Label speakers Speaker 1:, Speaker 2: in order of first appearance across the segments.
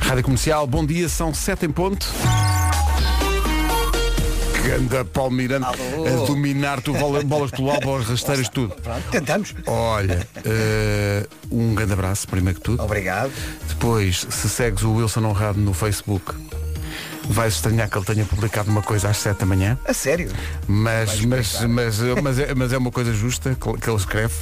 Speaker 1: Rádio Comercial, bom dia, são 7 em ponto. Ganda Paulo Miranda
Speaker 2: Alô.
Speaker 1: a dominar-te o bola- bolas pelo alvo, bolas rasteiras, tudo.
Speaker 2: Pronto, tentamos.
Speaker 1: Olha, eh, um grande abraço, primeiro que tudo.
Speaker 2: Obrigado.
Speaker 1: Depois, se segues o Wilson Honrado no Facebook, vais estranhar que ele tenha publicado uma coisa às 7 da manhã,
Speaker 2: A sério.
Speaker 1: mas, mas, mas, mas, é, mas é uma coisa justa que que ele escreve.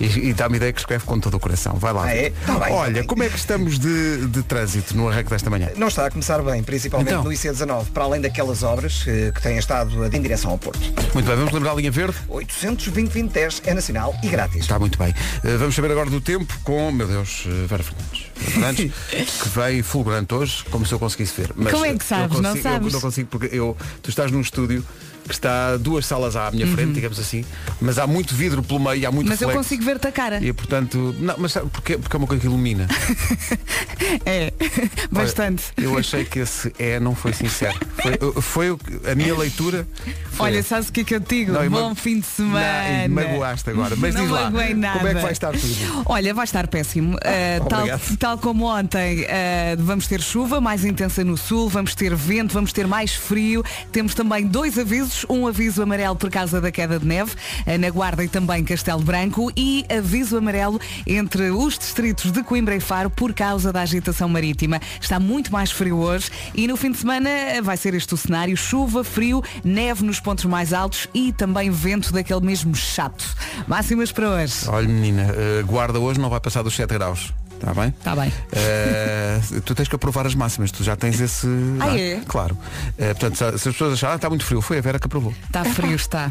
Speaker 1: E, e dá-me ideia que escreve com todo o coração. Vai lá.
Speaker 2: Ah, é?
Speaker 1: Vitor.
Speaker 2: Tá bem, tá
Speaker 1: Olha,
Speaker 2: bem.
Speaker 1: como é que estamos de, de trânsito no arranque desta manhã?
Speaker 2: Não está a começar bem, principalmente
Speaker 1: Então.
Speaker 2: no IC19, para além daquelas obras eh, que têm estado em direção ao Porto.
Speaker 1: Muito bem, vamos lembrar a linha verde?
Speaker 2: 820 10 é nacional e grátis.
Speaker 1: Está muito bem. Eh, vamos saber agora do tempo com, meu Deus, eh, Vera Fernandes. Vera Fernandes, que vem fulgurante hoje, como se eu conseguisse ver. Mas
Speaker 3: Como é que
Speaker 1: eu
Speaker 3: sabes? Não
Speaker 1: consigo- eu
Speaker 3: sabes?
Speaker 1: não consigo porque eu, tu estás num estúdio que está duas salas à minha frente, digamos assim, mas há muito vidro pelo meio, há muito
Speaker 3: Uhum. Mas eu
Speaker 1: reflexo.
Speaker 3: consigo ver-te a cara.
Speaker 1: E portanto, não, mas sabe porquê? Porque é uma coisa que ilumina.
Speaker 3: É, bastante.
Speaker 1: Olha, eu achei que esse é não foi sincero. Foi, foi o que- a minha leitura. foi
Speaker 3: Olha,
Speaker 1: essa.
Speaker 3: sabes o que é que eu te digo?
Speaker 1: Não, e ma-
Speaker 3: Bom fim de
Speaker 1: Não,
Speaker 3: semana.
Speaker 1: e magoaste agora. Mas
Speaker 3: não
Speaker 1: diz lá,
Speaker 3: magoei nada.
Speaker 1: como é que vai estar tudo?
Speaker 3: Olha, vai estar péssimo. Ah, tal,
Speaker 1: obrigado.
Speaker 3: tal como ontem, ah, vamos ter chuva mais intensa no sul, vamos ter vento, vamos ter mais frio. Temos também dois avisos, um aviso amarelo por causa da queda de neve, ah, na Guarda e também Castelo Branco, e aviso amarelo entre os distritos de Coimbra e Faro por causa da agitação marítima. Está muito mais frio hoje e no fim de semana ah, vai ser este o cenário, chuva, frio, neve nos pontos mais altos e também vento daquele mesmo chato. Máximas para hoje.
Speaker 1: Olha menina, eh, guarda hoje não vai passar dos 7 graus. Está bem?
Speaker 3: Está Tá bem.
Speaker 1: Eh, tu tens que aprovar as máximas, tu já tens esse.
Speaker 3: Ah,
Speaker 1: dado.
Speaker 3: é?
Speaker 1: Claro. Eh, portanto, se se as pessoas acharem, ah, está muito frio, foi a Vera que aprovou.
Speaker 3: Está Tá frio, está.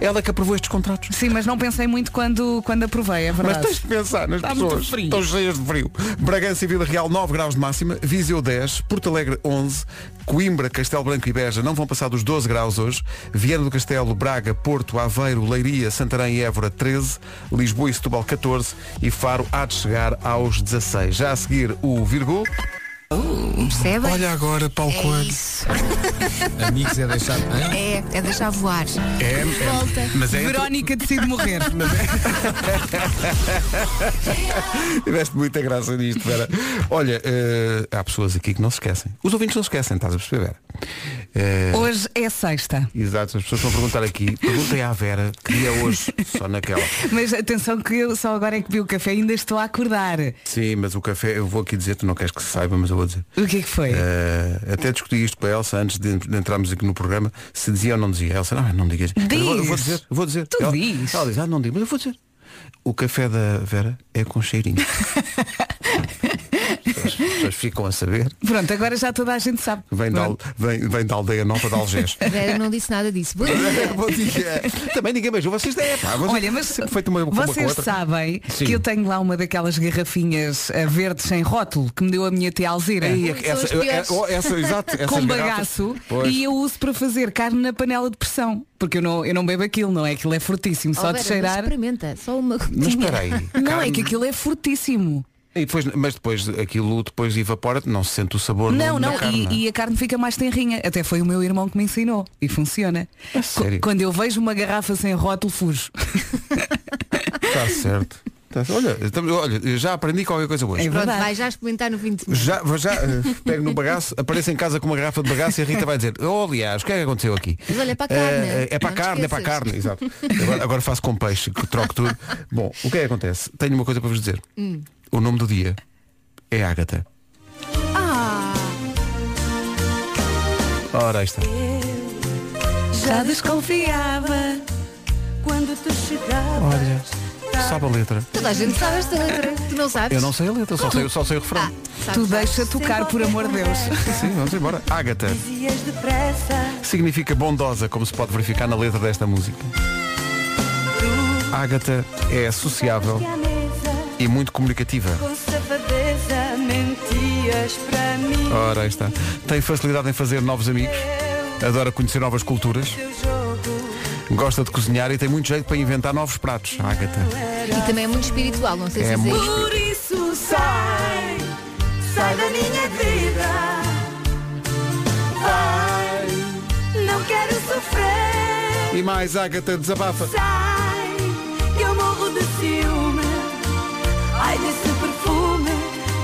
Speaker 1: Ela que aprovou estes contratos.
Speaker 3: Sim, mas não pensei muito quando, quando aprovei, é
Speaker 1: Mas
Speaker 3: verdade.
Speaker 1: tens de pensar nas
Speaker 3: Está muito
Speaker 1: pessoas.
Speaker 3: frio.
Speaker 1: Estão cheias de frio. Bragança e Vila Real, 9 graus de máxima. Viseu, 10. Porto Alegre, 11. Coimbra, Castelo Branco e Beja não vão passar dos 12 graus hoje. Viana do Castelo, Braga, Porto, Aveiro, Leiria, Santarém e Évora, 13. Lisboa e Setúbal, 14. E Faro há de chegar aos 16. Já a seguir, o Virgo.
Speaker 4: Percebem?
Speaker 1: Olha agora, Paulo
Speaker 4: é
Speaker 1: Coelho.
Speaker 4: isso.
Speaker 5: Amigos é deixar. Hã?
Speaker 4: É, é deixar voar.
Speaker 1: É, é,
Speaker 4: Volta.
Speaker 1: mas é
Speaker 3: Verónica decide morrer.
Speaker 1: Tiveste muita graça nisto, Vera. Olha, eh, há pessoas aqui que não se esquecem. Os ouvintes não se esquecem, estás a perceber, Vera? Eh,
Speaker 3: Hoje é sexta.
Speaker 1: Exato, as pessoas vão perguntar aqui. Perguntem à Vera que dia é hoje, só naquela.
Speaker 3: Mas atenção que eu só agora é que vi o café ainda estou a acordar.
Speaker 1: Sim, mas o café, eu vou aqui dizer, tu não queres que se saiba, mas eu vou dizer.
Speaker 3: O que é que foi?
Speaker 1: Eh, até discuti isto com a Elsa antes de, de entrarmos aqui no programa, se dizia ou não dizia. A Elsa, "Ah, não, não digas. Mas Eu, vou, eu vou
Speaker 3: Diz.
Speaker 1: dizer, eu vou dizer.
Speaker 3: Tu
Speaker 1: ela,
Speaker 3: diz.
Speaker 1: Ela diz, ah, não digo, mas eu vou dizer. O café da Vera é com cheirinho. as, pessoas, as pessoas ficam a saber.
Speaker 3: Pronto, agora já toda a gente sabe.
Speaker 1: Vem da, al- vem, vem da aldeia nova de Algés.
Speaker 4: Vera não disse nada disso. Bom dia.
Speaker 1: Bom dia. Também ninguém beijou. Vocês é pá, vocês-
Speaker 3: Olha, mas
Speaker 1: sempre feito uma, uma com a
Speaker 3: vocês
Speaker 1: outra.
Speaker 3: sabem
Speaker 1: Sim.
Speaker 3: que eu tenho lá uma daquelas garrafinhas eh, verdes sem rótulo que me deu a minha tia Alzira.
Speaker 1: Ei,
Speaker 4: Ui,
Speaker 1: essa,
Speaker 4: são as piores.
Speaker 1: é- oh, essa- exato, essas
Speaker 3: com
Speaker 1: garrafas.
Speaker 3: bagaço
Speaker 1: Pois.
Speaker 3: e eu uso para fazer carne na panela de pressão. Porque eu não, eu não bebo aquilo, não é? Aquilo é fortíssimo.
Speaker 4: Oh,
Speaker 3: Só
Speaker 4: Vera,
Speaker 3: de
Speaker 4: mas
Speaker 3: cheirar.
Speaker 4: Experimenta, só uma gotinha.
Speaker 1: Mas espera aí.
Speaker 3: Não, é
Speaker 1: carne-
Speaker 3: que aquilo é fortíssimo.
Speaker 1: E depois- mas depois aquilo depois evapora, não se sente o sabor
Speaker 3: Não,
Speaker 1: no- na
Speaker 3: não,
Speaker 1: carne. é?
Speaker 3: e, e a carne fica mais tenrinha. Até foi o meu irmão que me ensinou. E funciona. Co-
Speaker 1: sério?
Speaker 3: Quando eu vejo uma garrafa sem rótulo, fujo.
Speaker 1: Está Tá certo. Está- Olha, estamos- olha, já aprendi qualquer coisa hoje.
Speaker 3: É
Speaker 4: Pronto,
Speaker 3: verdade.
Speaker 4: vai já experimentar no fim de semana.
Speaker 1: Já, já eh, pego no bagaço, apareço em casa com uma garrafa de bagaço e a Rita vai dizer, oh, aliás, o que é que aconteceu aqui?
Speaker 4: Mas olha, é para a carne.
Speaker 1: Eh, é para a
Speaker 4: Não te
Speaker 1: carne, é para a
Speaker 4: esqueças.
Speaker 1: carne, exato. Agora, agora faço com peixe, que troco tudo. Bom, o que é que acontece? Tenho uma coisa para vos dizer.
Speaker 4: Hum.
Speaker 1: O nome do dia é Ágata.
Speaker 4: Ah,
Speaker 1: Ora, aí está.
Speaker 3: Já desconfiava.
Speaker 6: Quando tu chegavas
Speaker 1: Olha, sabe a letra.
Speaker 4: toda a gente sabe esta letra. Tu não sabes?
Speaker 1: Eu não sei a letra, só sei, só sei o refrão.
Speaker 4: Ah, sabes,
Speaker 3: Tu
Speaker 4: sabes.
Speaker 3: deixa tocar, por amor de Deus.
Speaker 1: Sim, vamos embora. Ágata
Speaker 6: Dizias depressa
Speaker 1: significa bondosa, como se pode verificar na letra desta música. Ágata é sociável
Speaker 6: que à mesa
Speaker 1: e muito comunicativa.
Speaker 6: Com safadeza mentias para mim
Speaker 1: Ora, aí está. Tem facilidade em fazer novos amigos, adora conhecer novas culturas,
Speaker 6: Teu jogo
Speaker 1: gosta de cozinhar e tem muito jeito para inventar novos pratos. Ágata.
Speaker 4: E também é muito espiritual, não sei
Speaker 1: É
Speaker 4: se dizer.
Speaker 1: muito-
Speaker 6: Por isso sai Sai da minha vida Vai Não quero sofrer
Speaker 1: E mais, Ágata desabafa.
Speaker 6: Sai Que eu morro de ciúme Ai desse perfume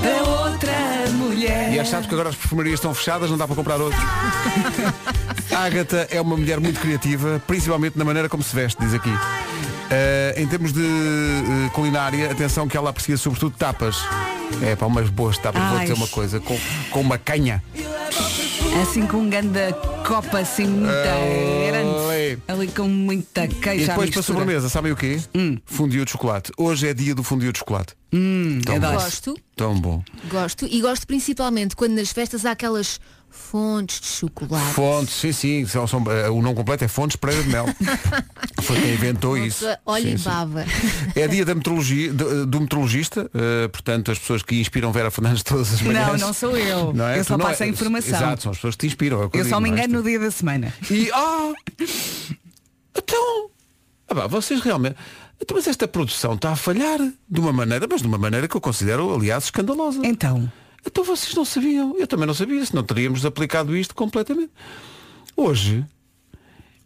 Speaker 6: Da outra mulher
Speaker 3: mulher.
Speaker 1: E é chato porque agora as perfumarias estão fechadas, não dá para comprar outros. Ágata é uma mulher muito criativa, principalmente na maneira como se veste, diz aqui. Eh, em termos de eh, culinária, atenção que ela aprecia sobretudo tapas. É para umas boas tapas, vou
Speaker 3: Ai.
Speaker 1: dizer uma coisa, com, com uma canha.
Speaker 3: Assim com um ganda copa assim muito
Speaker 1: Ah,
Speaker 3: grande.
Speaker 1: oi.
Speaker 3: Ali com muita queijo
Speaker 1: E
Speaker 3: à
Speaker 1: depois para
Speaker 3: mistura. Hum.
Speaker 1: sobremesa, sabem o quê? Fundiu de chocolate. Hoje é dia do fundiu de chocolate. Tão bom.
Speaker 3: adoro.
Speaker 4: Gosto,
Speaker 1: Tão bom.
Speaker 4: gosto. E gosto principalmente quando nas festas há aquelas fontes de chocolate.
Speaker 1: Fontes, sim, sim. São, são- eh, o nome completo é Fontes Pereira de Mel. Foi quem inventou
Speaker 4: Uma
Speaker 1: isso.
Speaker 4: pessoa Olha e
Speaker 1: Sim, sim.
Speaker 4: baba.
Speaker 1: É dia da metrologia, do, do metrologista, eh, portanto as pessoas que inspiram Vera Fernandes todas as manhãs.
Speaker 3: Não, não sou eu.
Speaker 1: Não é?
Speaker 3: Eu
Speaker 1: Tu
Speaker 3: só
Speaker 1: não
Speaker 3: passo
Speaker 1: é-
Speaker 3: a informação.
Speaker 1: Exato, são as pessoas que te inspiram. é o que
Speaker 3: Eu
Speaker 1: digo,
Speaker 3: só me
Speaker 1: não é?
Speaker 3: engano no dia da semana.
Speaker 1: E, ah, então, ah, pá, vocês realmente, então, mas esta produção está a falhar de uma maneira, mas de uma maneira que eu considero, aliás, escandalosa.
Speaker 3: Então,
Speaker 1: Então vocês não sabiam, eu também não sabia, senão teríamos aplicado isto completamente. Hoje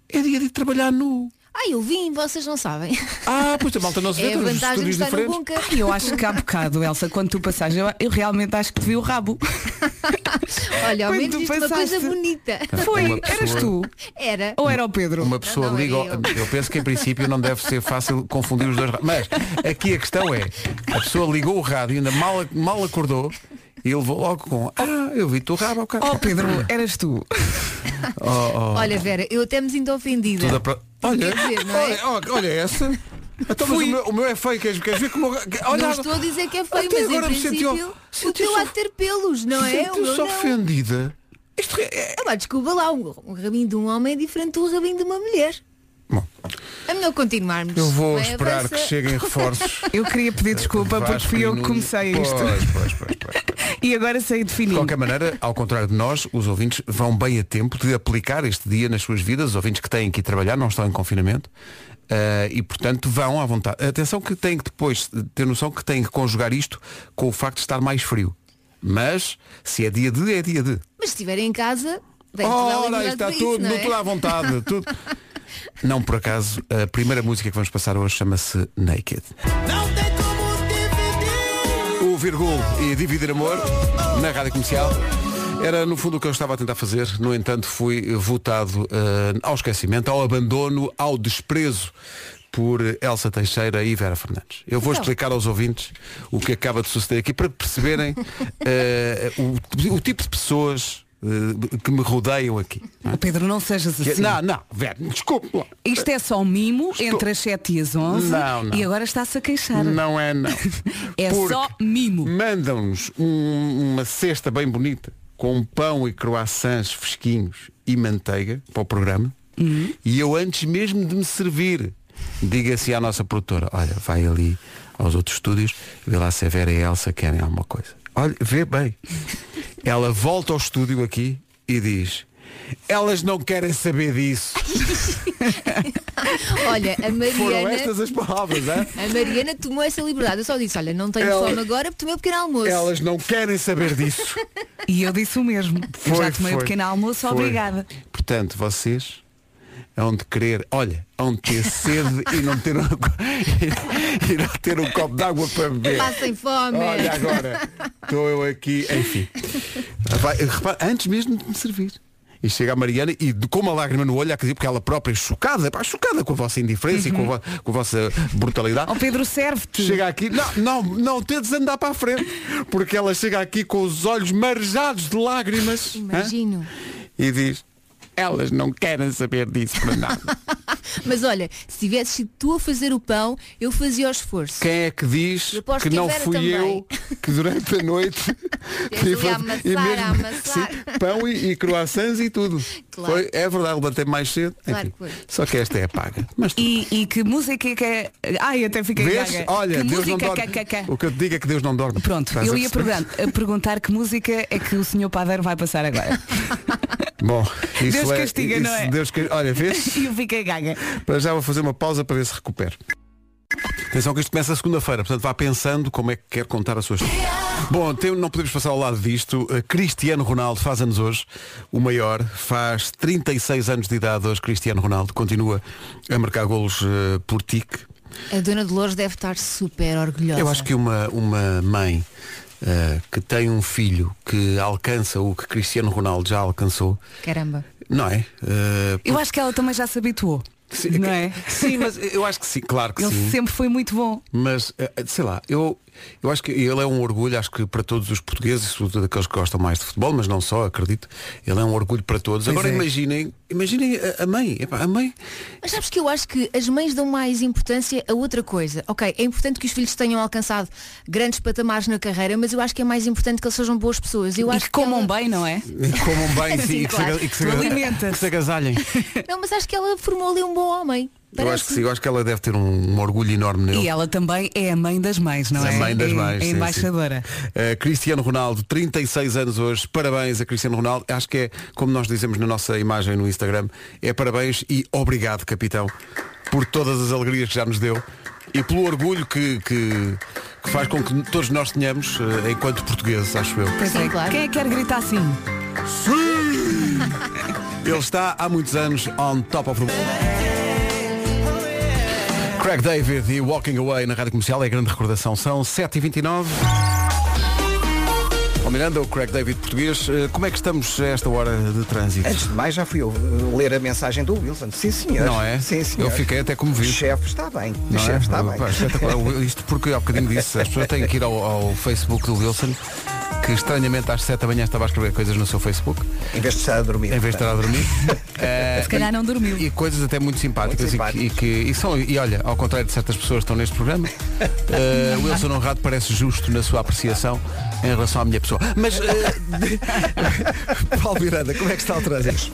Speaker 1: é dia de trabalhar nu.
Speaker 4: Ah, eu vim, vocês não sabem.
Speaker 1: Ah, pois a malta não se vê,
Speaker 4: É a
Speaker 1: temos
Speaker 4: vantagem de
Speaker 1: estúdios
Speaker 4: estar
Speaker 1: diferentes.
Speaker 4: no bunker.
Speaker 3: ai, eu acho que há bocado, Elsa, quando tu passaste, eu, eu realmente acho que te vi o rabo.
Speaker 4: Olha, ao
Speaker 3: Quando
Speaker 4: menos
Speaker 3: tu
Speaker 4: isto é uma coisa
Speaker 3: passaste-
Speaker 4: bonita.
Speaker 3: Foi,
Speaker 1: uma
Speaker 3: eras tu.
Speaker 1: pessoa-
Speaker 4: Era.
Speaker 3: Ou era o Pedro?
Speaker 1: Uma pessoa
Speaker 4: não, é
Speaker 1: liga. ao- Eu.
Speaker 4: eu.
Speaker 1: penso que em princípio não deve ser fácil confundir os dois rádios. Mas aqui a questão é, a pessoa ligou o rádio, ainda mal, mal acordou e levou logo com Ah, eu vi tu rabo ao cara.
Speaker 3: Oh Pedro, eras tu.
Speaker 4: Olha, Vera, eu até me sinto ofendida.
Speaker 1: Toda pra- Olha,
Speaker 4: Quer dizer, não é?
Speaker 1: olha, olha, olha essa. Então, mas o meu, o meu é feio, queres, queres ver como. Olha,
Speaker 4: Não estou a dizer que é feio,
Speaker 1: até
Speaker 4: mas
Speaker 1: agora
Speaker 4: em
Speaker 1: me senti-
Speaker 4: princípio o
Speaker 1: senti
Speaker 4: teu
Speaker 1: só-
Speaker 4: há de ter pelos, não é? O meu
Speaker 1: Sentiu-se
Speaker 4: não.
Speaker 1: ofendida. Isto é- é.
Speaker 4: Ah, pá, desculpa lá, um, um rabinho de um homem é diferente do rabinho de uma mulher.
Speaker 1: Bom,
Speaker 4: É melhor continuarmos. é,
Speaker 1: eu vou
Speaker 4: Bem,
Speaker 1: esperar
Speaker 4: avança.
Speaker 1: que cheguem reforços. eh,
Speaker 3: Eu queria pedir desculpa porque
Speaker 1: Vasco
Speaker 3: fui
Speaker 1: e
Speaker 3: eu que
Speaker 1: Nuno.
Speaker 3: comecei isto.
Speaker 1: Pois, pois, pois, pois.
Speaker 3: E agora saí de
Speaker 1: De
Speaker 3: fininho.
Speaker 1: qualquer maneira, ao contrário de nós, os ouvintes vão bem a tempo de aplicar este dia nas suas vidas, os ouvintes que têm que ir trabalhar, não estão em confinamento, eh, e portanto vão à vontade. Atenção que têm que depois ter noção que têm que conjugar isto com o facto de estar mais frio. Mas, se é dia de, é dia de.
Speaker 4: Mas se estiver em casa, bem, toda a
Speaker 1: Ora,
Speaker 4: liberdade
Speaker 1: aí está
Speaker 4: para isso,
Speaker 1: tudo,
Speaker 4: não
Speaker 1: não
Speaker 4: é?
Speaker 1: tudo à vontade. tudo. Não, por acaso, a primeira música que vamos passar hoje chama-se Naked. O Virgul e Dividir Amor na Rádio Comercial. Era no fundo o que eu estava a tentar fazer, no entanto fui votado eh, ao esquecimento, ao abandono, ao desprezo por Elsa Teixeira e Vera Fernandes. Eu
Speaker 4: Então.
Speaker 1: vou explicar aos ouvintes o que acaba de suceder aqui para perceberem eh, o, o tipo de pessoas eh, que me rodeiam aqui. não é?
Speaker 3: Pedro, não sejas
Speaker 1: Que-
Speaker 3: assim.
Speaker 1: Não, não, Vera, desculpe. lá.
Speaker 3: Isto é só um mimo entre as 7 e as 11
Speaker 1: Não, não.
Speaker 3: e agora está-se a queixar.
Speaker 1: Não é não.
Speaker 3: É
Speaker 1: Porque
Speaker 3: só mimo.
Speaker 1: Mandam-nos um- uma cesta bem bonita com pão e croissants fresquinhos e manteiga para o programa.
Speaker 3: Uhum.
Speaker 1: E eu antes mesmo de me servir, diga assim à nossa produtora, olha, vai ali aos outros estúdios, vê lá se a Vera e a Elsa querem alguma coisa. Olha, vê bem. Ela volta ao estúdio aqui e diz, elas não querem saber disso.
Speaker 4: Olha, a
Speaker 1: Foram
Speaker 4: Mariana,
Speaker 1: estas as palavras, é?
Speaker 4: a Mariana tomou essa liberdade. Eu só disse, olha, não tenho
Speaker 1: Ela-
Speaker 4: fome agora, tomei o pequeno almoço.
Speaker 1: Elas não querem saber disso.
Speaker 3: E eu disse o mesmo. Eu já tomei o
Speaker 1: foi.
Speaker 3: pequeno almoço,
Speaker 1: Foi.
Speaker 3: obrigada.
Speaker 1: Portanto, vocês hão de querer, olha, hão de ter sede e não ter um, e não ter um copo d'água para beber.
Speaker 4: Passem fome.
Speaker 1: Olha agora, estou eu aqui, enfim. Vai, repara, antes mesmo de me servir. E chega a Mariana e de- com uma lágrima no olho, acredito porque ela própria é chocada, pá, chocada com a vossa indiferença e
Speaker 3: Uhum.
Speaker 1: com a, vo- com a vossa brutalidade.
Speaker 3: Ó Pedro, serve-te.
Speaker 1: Chega aqui, não, não, não tentes andar para a frente, porque ela chega aqui com os olhos marejados de lágrimas. hã?
Speaker 4: Imagino.
Speaker 1: e diz elas não querem saber disso para nada.
Speaker 4: Mas olha, se tivesses sido tu a fazer o pão, eu fazia o esforço.
Speaker 1: Quem é que diz
Speaker 4: Eu posso
Speaker 1: que
Speaker 4: que
Speaker 1: não
Speaker 4: Vera
Speaker 1: fui
Speaker 4: também.
Speaker 1: eu que durante a noite
Speaker 4: Tens ali a
Speaker 1: tive-
Speaker 4: amassar, a amassar.
Speaker 1: pão e, e croissants e tudo.
Speaker 4: Claro.
Speaker 1: Foi- é verdade, levantei mais cedo.
Speaker 4: Claro
Speaker 1: enfim.
Speaker 4: que foi.
Speaker 1: só que esta é a paga. Mas tu
Speaker 3: E, e que música é que é. Ai, até fiquei
Speaker 1: vês?
Speaker 3: gaga.
Speaker 1: Olha,
Speaker 3: que
Speaker 1: Deus não
Speaker 3: música
Speaker 1: dorme.
Speaker 3: que- que- que-
Speaker 1: O que eu te digo é que Deus não dorme.
Speaker 3: Pronto,
Speaker 1: Estás
Speaker 3: eu
Speaker 1: a
Speaker 3: ia
Speaker 1: perceber?
Speaker 3: perguntar, a perguntar que música é que o senhor Padeiro vai passar agora.
Speaker 1: Bom, isso
Speaker 3: Deus
Speaker 1: é,
Speaker 3: castiga,
Speaker 1: isso-
Speaker 3: não é?
Speaker 1: Deus ca- Olha, vês?
Speaker 3: E eu fiquei gaga.
Speaker 1: Para já vou fazer uma pausa para ver se recupero. Atenção que isto começa segunda-feira, portanto vá pensando como é que quer contar a sua história. Bom, tem- não podemos passar ao lado disto. Uh, Cristiano Ronaldo faz anos hoje, o maior, faz 36 anos de idade hoje, Cristiano Ronaldo, continua a marcar golos uh, por tique.
Speaker 3: Tá
Speaker 4: A dona Dolores deve estar super orgulhosa.
Speaker 1: Eu acho que uma, uma mãe eh, que tem um filho que alcança o que Cristiano Ronaldo já alcançou,
Speaker 4: Caramba.
Speaker 1: não é? Eh,
Speaker 3: Eu acho que ela também já se habituou.
Speaker 1: Sim,
Speaker 3: não é?
Speaker 1: Sim, mas eu acho que sim, claro que
Speaker 3: Ele
Speaker 1: sim.
Speaker 3: sempre foi muito bom.
Speaker 1: Mas, eh, eh, sei lá, eu, eu acho que ele é um orgulho, acho que para todos os portugueses, sobretudo aqueles que gostam mais de futebol, mas não só, acredito, ele é um orgulho para todos. Agora
Speaker 3: é.
Speaker 1: imaginem, imaginem a, a mãe, epá, a mãe,
Speaker 4: Mas sabes que eu acho que as mães dão mais importância a outra coisa. Ok, é importante que os filhos tenham alcançado grandes patamares na carreira, mas eu acho que é mais importante que eles sejam boas pessoas. Eu
Speaker 3: E
Speaker 4: acho
Speaker 3: que comam
Speaker 4: ela-
Speaker 3: bem, não é?
Speaker 1: comam um bem
Speaker 4: Sim,
Speaker 1: sim, e que se
Speaker 4: claro.
Speaker 1: aga- e que se
Speaker 3: Tu
Speaker 1: aga-
Speaker 3: alimentas.
Speaker 1: que se agasalhem.
Speaker 4: Não, mas acho que ela formou ali um bom homem.
Speaker 1: Eu acho que sim,
Speaker 4: Parece-me.
Speaker 1: eu acho que ela deve ter um, um orgulho enorme nele.
Speaker 3: E ela também é a mãe das mães, não
Speaker 1: A
Speaker 3: é?
Speaker 1: mãe das
Speaker 3: É-
Speaker 1: mães,
Speaker 3: É,
Speaker 1: sim,
Speaker 3: embaixadora.
Speaker 1: sim. Eh, Cristiano Ronaldo, 36 anos hoje. Parabéns a Cristiano Ronaldo. Acho que é, como nós dizemos na nossa imagem no Instagram, é parabéns e obrigado, capitão, por todas as alegrias que já nos deu e pelo orgulho que, que- que faz com que todos nós tenhamos eh, enquanto portugueses, acho eu.
Speaker 3: Pois
Speaker 4: Sim,
Speaker 3: é,
Speaker 4: claro.
Speaker 3: Quem é que quer gritar assim?
Speaker 1: Ele está há muitos anos on top of the world. Craig David e Walking Away na Rádio Comercial é grande recordação. São 7h29. Ó Miranda, o Craig David português, eh, como é que estamos a esta hora de trânsito?
Speaker 2: Antes de mais, já fui eu uh, ler a mensagem do Wilson. Sim, senhor.
Speaker 1: Não é?
Speaker 2: Sim, senhor.
Speaker 1: Eu fiquei até
Speaker 2: O
Speaker 1: comovido.
Speaker 2: chefe está bem. O
Speaker 1: Não é?
Speaker 2: chefe está
Speaker 1: Ah,
Speaker 2: bem.
Speaker 1: pá, espetacular. O- Isto porque há bocadinho disse, as pessoas têm que ir ao, ao Facebook do Wilson, que estranhamente às 7 da manhã estava a escrever coisas no seu Facebook,
Speaker 2: Em vez de estar a dormir.
Speaker 1: em vez de estar a dormir. Eh,
Speaker 3: Se calhar não dormiu.
Speaker 1: E coisas até muito simpáticas,
Speaker 2: Muito
Speaker 1: e que- e, que, e são, e olha, ao contrário de certas pessoas que estão neste programa, eh, Wilson Honrado parece justo na sua apreciação em relação à minha pessoa. Mas eh, Paulo Miranda, como é que está o trânsito?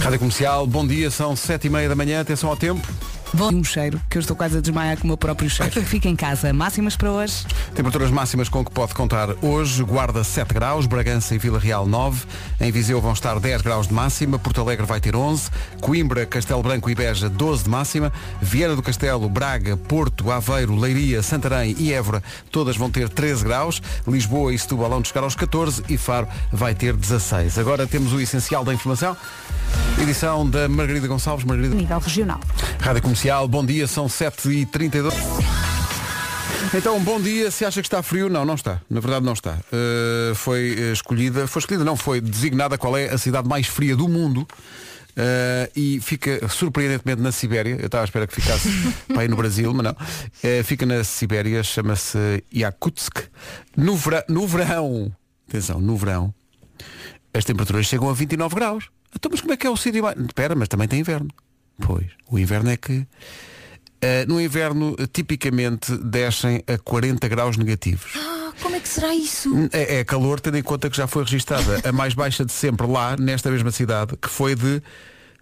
Speaker 1: Rádio Comercial, bom dia, são sete e meia da manhã, atenção ao tempo.
Speaker 3: Bom, um cheiro, que eu estou quase a desmaiar com o meu próprio cheiro. Fica em casa. Máximas para hoje.
Speaker 1: Temperaturas máximas com que pode contar hoje, Guarda 7 graus, Bragança e Vila Real 9, em Viseu vão estar 10 graus de máxima, Porto Alegre vai ter 11, Coimbra, Castelo Branco e Beja 12 de máxima, Viana do Castelo, Braga, Porto, Aveiro, Leiria, Santarém e Évora todas vão ter 13 graus, Lisboa e Setúbal vão chegar aos 14 e Faro vai ter 16. Agora temos o essencial da informação, edição da Margarida Gonçalves. Margarida...
Speaker 7: nível regional.
Speaker 1: Rádio Comercial, bom dia, são 7h32. Então, bom dia, se acha que está frio, não, não está. Na verdade não está. Uh, foi uh, escolhida, foi escolhida não, foi designada qual é a cidade mais fria do mundo. uh, e fica surpreendentemente na Sibéria, eu estava à espera que ficasse para aí no Brasil, mas não. Uh, fica na Sibéria, chama-se Yakutsk. No, vera- no verão, atenção, no verão, as temperaturas chegam a 29 graus. Então, mas como é que é o sítio mais... Espera, mas também tem inverno. Pois, o inverno é que... eh, no inverno, eh, tipicamente, descem a 40 graus negativos.
Speaker 4: Ah, como é que será isso?
Speaker 1: É, é calor, tendo em conta que já foi registada a mais baixa de sempre lá, nesta mesma cidade, que foi de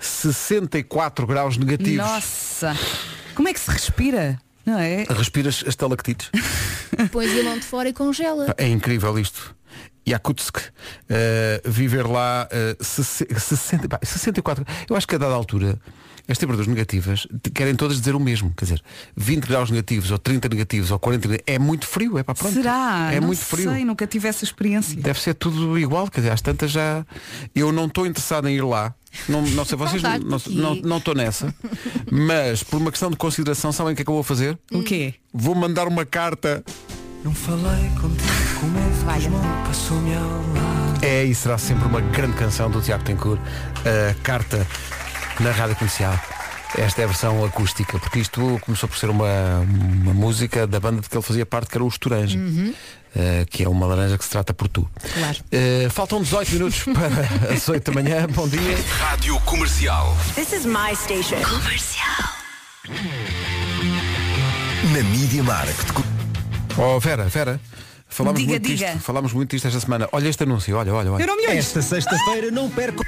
Speaker 1: 64 graus negativos.
Speaker 3: Nossa. Como é que se respira? Não é?
Speaker 1: Respiras estalactites.
Speaker 4: Pões a mão de fora e congela.
Speaker 7: Ah,
Speaker 1: Pá, É incrível isto. Yakutsk, eh, viver lá eh, sesse- 60, pá, 64. Eu acho que a dada altura as temperaturas negativas te- querem todas dizer o mesmo. Quer dizer, 20 graus negativos ou 30 negativos ou 40 negativos, é muito frio, é para pronto.
Speaker 3: Será?
Speaker 1: É
Speaker 3: não
Speaker 1: muito frio.
Speaker 3: sei, nunca tive essa experiência.
Speaker 1: Deve ser tudo igual, quer dizer, às tantas já. Eu não estou interessado em ir lá. Não, não sei, vocês não- não estou não, não estou nessa. Mas por uma questão de consideração, sabem o que é que eu vou fazer?
Speaker 3: O quê?
Speaker 1: Vou mandar uma carta. É e será sempre uma grande canção do Tiago Tencourt, a carta na rádio comercial. Esta é a versão acústica, porque isto começou por ser uma, uma música da banda de que ele fazia parte, que era os Toranja, eh, que é uma laranja que se trata por tu.
Speaker 4: Claro.
Speaker 1: Eh, faltam 18 minutos para as 8 da manhã. Bom dia.
Speaker 8: Rádio Comercial.
Speaker 6: This is my station.
Speaker 8: Na Media Market.
Speaker 1: Oh, Vera, Vera, falámos,
Speaker 3: Diga,
Speaker 1: muito
Speaker 3: diga.
Speaker 1: Disto, falámos muito disto esta semana. Olha este anúncio, olha, olha, olha.
Speaker 3: Euro milhões.
Speaker 5: Esta sexta-feira não perco.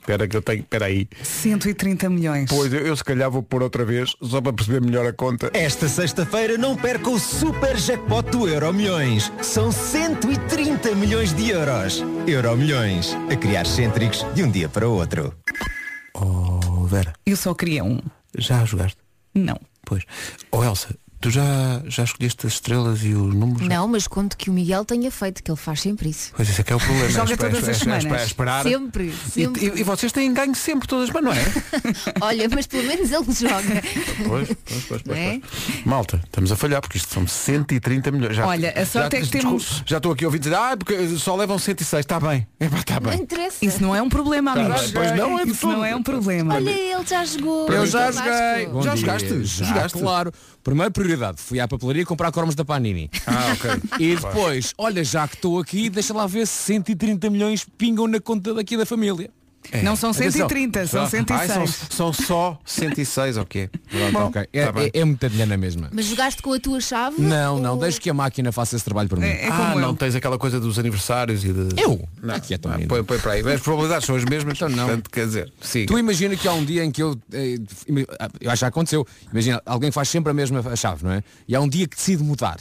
Speaker 1: Espera que eu tenho, espera aí.
Speaker 3: É 130 milhões.
Speaker 1: Pois, eu, eu se calhar vou pôr outra vez, só para perceber melhor a conta.
Speaker 5: Esta sexta-feira não perca o super jackpot do Euro Milhões. São 130 milhões de euros. Euro Milhões. A criar cêntricos de um dia para o outro.
Speaker 1: Oh, Vera,
Speaker 3: Eu só queria um.
Speaker 1: já jogaste?
Speaker 3: Não.
Speaker 1: Pois. Oh, Elsa, Tu já, já escolheste as estrelas e os números?
Speaker 4: Não, mas conto que o Miguel tenha feito, que ele faz sempre isso.
Speaker 1: Pois isso é que é o problema.
Speaker 3: Joga
Speaker 1: é esper-
Speaker 3: todas as
Speaker 1: é esper- é esper-
Speaker 3: semanas.
Speaker 1: é esperar.
Speaker 4: Sempre,
Speaker 1: E,
Speaker 4: sempre.
Speaker 1: e- e vocês têm ganho sempre todas, mas não é?
Speaker 4: Olha, mas pelo menos ele joga.
Speaker 1: Pois, pois, pois,
Speaker 4: Não é?
Speaker 1: Malta, estamos a falhar porque isto são 130 milhões. Já,
Speaker 3: Olha, a sorte
Speaker 1: já,
Speaker 3: é que
Speaker 1: desculpe,
Speaker 3: temos-
Speaker 1: Já estou aqui a ouvir dizer, ah, porque só levam 106, está bem. Epá, está
Speaker 4: Não
Speaker 1: bem.
Speaker 4: interessa.
Speaker 3: Isso não é um problema,
Speaker 1: Caralho,
Speaker 3: amigos.
Speaker 1: pois não, é de
Speaker 3: Isso não
Speaker 1: tudo.
Speaker 3: é um problema.
Speaker 4: Olha, ele já jogou.
Speaker 1: Eu
Speaker 4: Ele
Speaker 1: já
Speaker 4: faz
Speaker 1: joguei.
Speaker 4: gol.
Speaker 1: Já jogaste?
Speaker 7: Já,
Speaker 1: Jogaste?
Speaker 7: Claro. Primeira prioridade, fui à papelaria comprar cromos da Panini.
Speaker 1: Ah, ok.
Speaker 7: E depois, olha, já que estou aqui, deixa lá ver se 130 milhões pingam na conta daqui da família.
Speaker 3: Não são 130, são
Speaker 1: É. Atenção. Ai,
Speaker 3: 106.
Speaker 1: são, são só 106, ok.
Speaker 7: Pronto, ok. É,
Speaker 1: tá bem.
Speaker 7: é, é muita dinheiro na mesma.
Speaker 4: Mas jogaste com a tua chave?
Speaker 7: Não,
Speaker 4: Ou-
Speaker 7: não, deixo que a máquina faça esse trabalho para mim.
Speaker 3: É, é
Speaker 1: ah,
Speaker 3: como
Speaker 1: não
Speaker 3: eu.
Speaker 1: tens aquela coisa dos aniversários e de.
Speaker 7: Eu?
Speaker 1: Não.
Speaker 7: Aqui é tão
Speaker 1: Ah,
Speaker 7: lindo.
Speaker 1: põe, põe para aí. As probabilidades são as mesmas,
Speaker 7: Então não.
Speaker 1: portanto, quer dizer, sim.
Speaker 7: Tu imagina que há um dia em que eu, eh, ima- ah, eu acho que já aconteceu, imagina, alguém faz sempre a mesma chave, não é? E há um dia que decide mudar.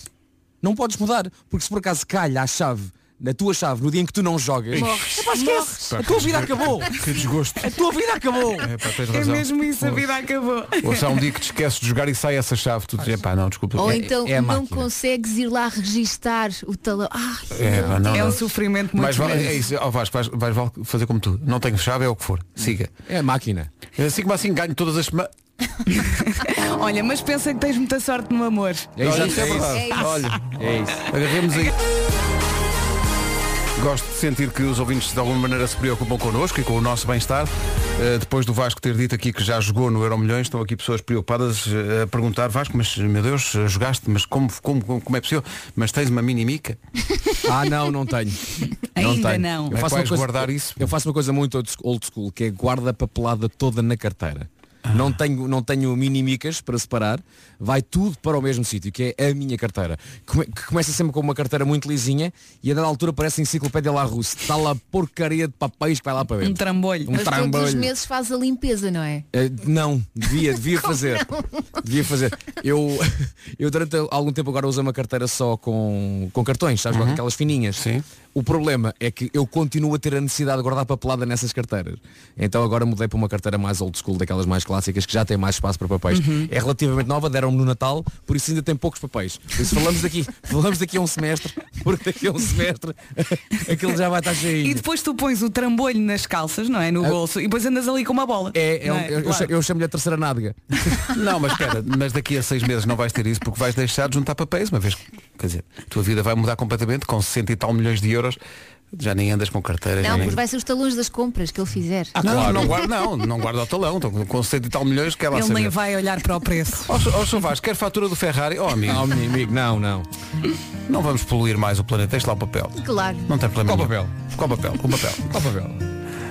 Speaker 7: Não podes mudar, porque se por acaso calha a chave, na tua chave, no dia em que tu não jogas,
Speaker 4: Morres.
Speaker 7: Epá, esquece! A tua vida acabou!
Speaker 1: Que desgosto.
Speaker 7: A tua vida acabou!
Speaker 1: É, pá, tens
Speaker 3: É
Speaker 1: razão.
Speaker 3: mesmo isso, a vida acabou.
Speaker 1: Ou se há um dia que te esqueces de jogar e sai essa chave, tu dizes, pá, não, desculpa.
Speaker 4: Ou
Speaker 1: É-
Speaker 4: então
Speaker 7: é a
Speaker 4: não
Speaker 7: máquina.
Speaker 4: consegues ir lá registar o talão. Ai,
Speaker 1: é, pá, não,
Speaker 3: É
Speaker 1: não.
Speaker 3: um sofrimento muito
Speaker 1: Mas vale,
Speaker 3: grande.
Speaker 1: é isso, ó Vasco, vais, vais vale fazer como tu. Não tenho chave, é o que for. Siga.
Speaker 7: É a máquina.
Speaker 1: Assim como assim ganho todas as semanas.
Speaker 3: Olha, mas pensa que tens muita sorte no amor.
Speaker 7: É isso,
Speaker 1: Olha,
Speaker 7: é
Speaker 1: isto
Speaker 7: isso.
Speaker 1: verdade.
Speaker 4: É isso.
Speaker 1: Olha,
Speaker 7: É isso.
Speaker 1: agarremos aí. Gosto de sentir que os ouvintes de alguma maneira se preocupam connosco e com o nosso bem-estar. Eh, depois do Vasco ter dito aqui que já jogou no Euro Milhões, estão aqui pessoas preocupadas eh, a perguntar, Vasco, mas meu Deus, eh, jogaste, mas como, como, como, como é possível? Mas tens uma mini mica?
Speaker 7: Ah não, não tenho.
Speaker 3: Ainda
Speaker 7: tenho.
Speaker 3: não.
Speaker 1: Como é que vais guardar isso?
Speaker 7: Eu faço uma coisa muito old- old school, que é guarda a papelada toda na carteira.
Speaker 1: Ah.
Speaker 7: Não tenho, não tenho minimicas para separar, vai tudo para o mesmo sítio, que é a minha carteira. Come- que começa sempre com uma carteira muito lisinha e a dada altura parece a enciclopédia lá russa. Está lá porcaria de papéis que vai lá para dentro.
Speaker 3: Um trambolho.
Speaker 7: Um
Speaker 4: mas todos os
Speaker 7: trambolho.
Speaker 4: meses faz a limpeza, não é?
Speaker 7: Eh, não, devia, devia fazer. Devia fazer. Eu, eu durante algum tempo agora usei uma carteira só com, com cartões, sabes, com aquelas fininhas.
Speaker 1: Sim.
Speaker 7: O problema é que eu continuo a ter a necessidade de guardar papelada nessas carteiras. Então agora mudei para uma carteira mais old school, daquelas mais clássicas, que já tem mais espaço para papéis. É relativamente nova, deram-me no Natal, por isso ainda tem poucos papéis. Por isso falamos daqui, falamos daqui a um semestre, porque daqui a um semestre aquilo já vai estar cheio.
Speaker 3: E depois tu pões o trambolho nas calças, não é? No
Speaker 7: Ah.
Speaker 3: bolso. E depois andas ali com uma bola.
Speaker 7: É, é
Speaker 3: Não
Speaker 7: um-
Speaker 3: é?
Speaker 7: eu, eu
Speaker 3: Claro.
Speaker 7: cha- eu chamo-lhe a terceira nádega.
Speaker 1: Não, mas espera, mas daqui a seis meses não vais ter isso porque vais deixar de juntar papéis, uma vez que, quer dizer, a tua vida vai mudar completamente com 60 e tal milhões de euros, já nem andas com carteira. já
Speaker 4: Não,
Speaker 1: nem...
Speaker 4: porque vai ser os talões das compras que ele fizer.
Speaker 9: Ah,
Speaker 1: não, não, guarda, não, não guarda o talão, então, com 60 e tal milhões que é ela
Speaker 3: Ele nem
Speaker 1: sabe.
Speaker 3: vai olhar para o preço.
Speaker 1: Ó oh, Vasco, quer fatura do Ferrari? Oh amigo,
Speaker 7: Não, meu amigo, não, não.
Speaker 1: não vamos poluir mais o planeta, deixa lá o papel.
Speaker 4: Claro.
Speaker 1: Não tem problema.
Speaker 7: Qual
Speaker 1: nenhum. Qual papel? O papel.
Speaker 7: Qual papel?